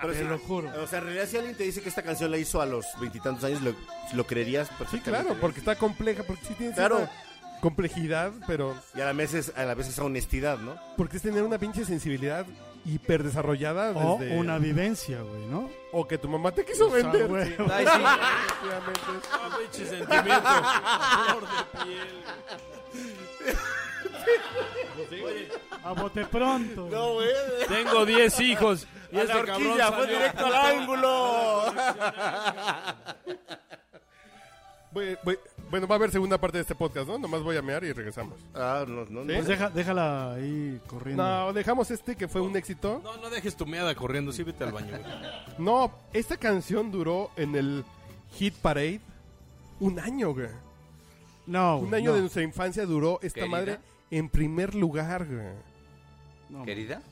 Speaker 5: pero
Speaker 3: te
Speaker 5: si-
Speaker 3: lo juro.
Speaker 5: O sea, en realidad si alguien te dice que esta canción la hizo a los veintitantos años, lo, lo creerías
Speaker 4: Sí,
Speaker 5: perfectamente.
Speaker 4: claro, porque está compleja, porque sí tiene
Speaker 5: Claro.
Speaker 4: cierta complejidad, pero
Speaker 5: Y a la vez, es- a la vez esa honestidad, ¿no?
Speaker 4: porque es tener una pinche sensibilidad hiperdesarrollada
Speaker 3: O
Speaker 4: desde-
Speaker 3: una vivencia, güey, ¿no?
Speaker 4: o que tu mamá te quiso vender.
Speaker 3: güey.
Speaker 4: Sí,
Speaker 1: Ay, sí.
Speaker 4: efectivamente.
Speaker 6: Ah, pinche sentimiento. Flor de piel.
Speaker 3: A bote pronto. güey.
Speaker 6: Tengo 10 hijos. Y
Speaker 5: A
Speaker 6: este
Speaker 5: la
Speaker 6: cabrón
Speaker 5: horquilla, fue
Speaker 6: salió-
Speaker 5: directo al ángulo.
Speaker 4: Voy- voy- bueno, va a haber segunda parte de este podcast, ¿no? Nomás voy a mear y regresamos.
Speaker 5: Ah, no, no, no.
Speaker 3: Pues deja, déjala ahí corriendo.
Speaker 4: No, dejamos este que fue un éxito.
Speaker 6: No, no dejes tu meada corriendo, sí vete al baño. güey.
Speaker 4: No, esta canción duró en el Hit Parade un año, güey.
Speaker 3: No,
Speaker 4: Un
Speaker 3: güey,
Speaker 4: año
Speaker 3: Oh, no.
Speaker 4: de nuestra infancia duró esta
Speaker 1: Querida.
Speaker 4: madre en primer lugar, güey.
Speaker 3: No,
Speaker 1: ¿Querida?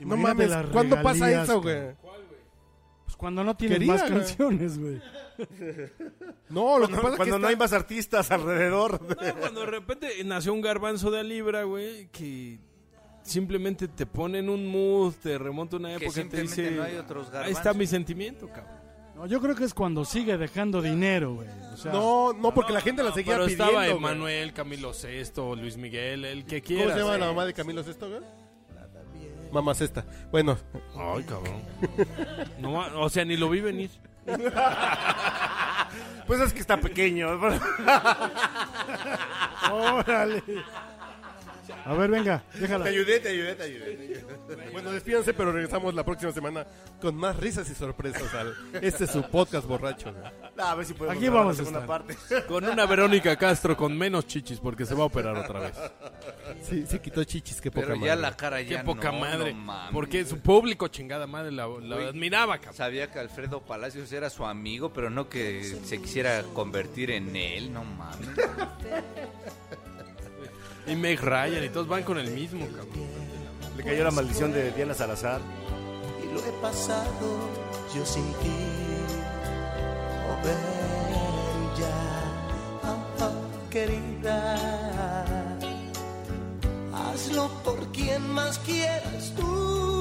Speaker 4: No
Speaker 3: Imagínate
Speaker 4: mames,
Speaker 3: las
Speaker 4: ¿cuándo pasa
Speaker 3: regalías,
Speaker 4: eso,
Speaker 3: cabrón.
Speaker 4: güey?
Speaker 3: Pues cuando no tienes
Speaker 4: Querida,
Speaker 3: más
Speaker 4: güey.
Speaker 3: canciones, güey.
Speaker 4: No, lo que pasa es que
Speaker 5: Cuando no
Speaker 4: esta-
Speaker 5: hay más artistas alrededor.
Speaker 6: No, cuando de repente nació un garbanzo de a libra, güey, que simplemente te pone en un mood, te remonta una época y te
Speaker 1: simplemente
Speaker 6: dice,
Speaker 1: no hay otros
Speaker 6: ahí está
Speaker 1: garbanzos".
Speaker 6: mi sentimiento, cabrón.
Speaker 3: No, yo creo que es cuando sigue dejando dinero, güey. O sea,
Speaker 4: No, no, porque la gente la seguía
Speaker 6: Pero
Speaker 4: pidiendo.
Speaker 6: estaba
Speaker 4: güey.
Speaker 6: Emanuel, Camilo Sesto, Luis Miguel, el que
Speaker 4: ¿Cómo
Speaker 6: quiera.
Speaker 4: se llama la mamá de Camilo Sesto, güey? Mamá Sesta. Bueno,
Speaker 6: Ay, cabrón. No, ma- o sea, ni lo vi venir.
Speaker 5: Pues es que está pequeño.
Speaker 3: órale. A ver, venga, déjala.
Speaker 5: Te ayudé, te ayudé, te ayudé.
Speaker 4: bueno, despídanse, pero regresamos la próxima semana con más risas y sorpresas. al- Este es su podcast borracho. güey.
Speaker 5: A ver si podemos
Speaker 3: Aquí
Speaker 5: grabar la
Speaker 3: vamos a
Speaker 5: segunda
Speaker 3: estar.
Speaker 5: parte.
Speaker 6: Con una Verónica Castro con menos chichis porque se va a operar otra vez.
Speaker 4: Sí, se quitó chichis, qué poca
Speaker 1: Pero ya
Speaker 4: madre.
Speaker 1: la cara
Speaker 6: Qué
Speaker 1: ya
Speaker 6: poca
Speaker 1: no,
Speaker 6: madre.
Speaker 1: no mames.
Speaker 6: porque su público, chingada madre, la, la
Speaker 1: Güey.
Speaker 6: admiraba, cabrón.
Speaker 1: Sabía que Alfredo Palacios era su amigo, pero no que se quisiera convertir en él, no mames.
Speaker 6: Y Meg Ryan y todos van con el mismo, cabrón.
Speaker 5: Le cayó la maldición de Diana Salazar.
Speaker 9: y lo he pasado yo sin ti. Oh, ven ya, ah, ah,
Speaker 2: querida. Hazlo por quien más quieras tú. Oh, Oh, eh. eh,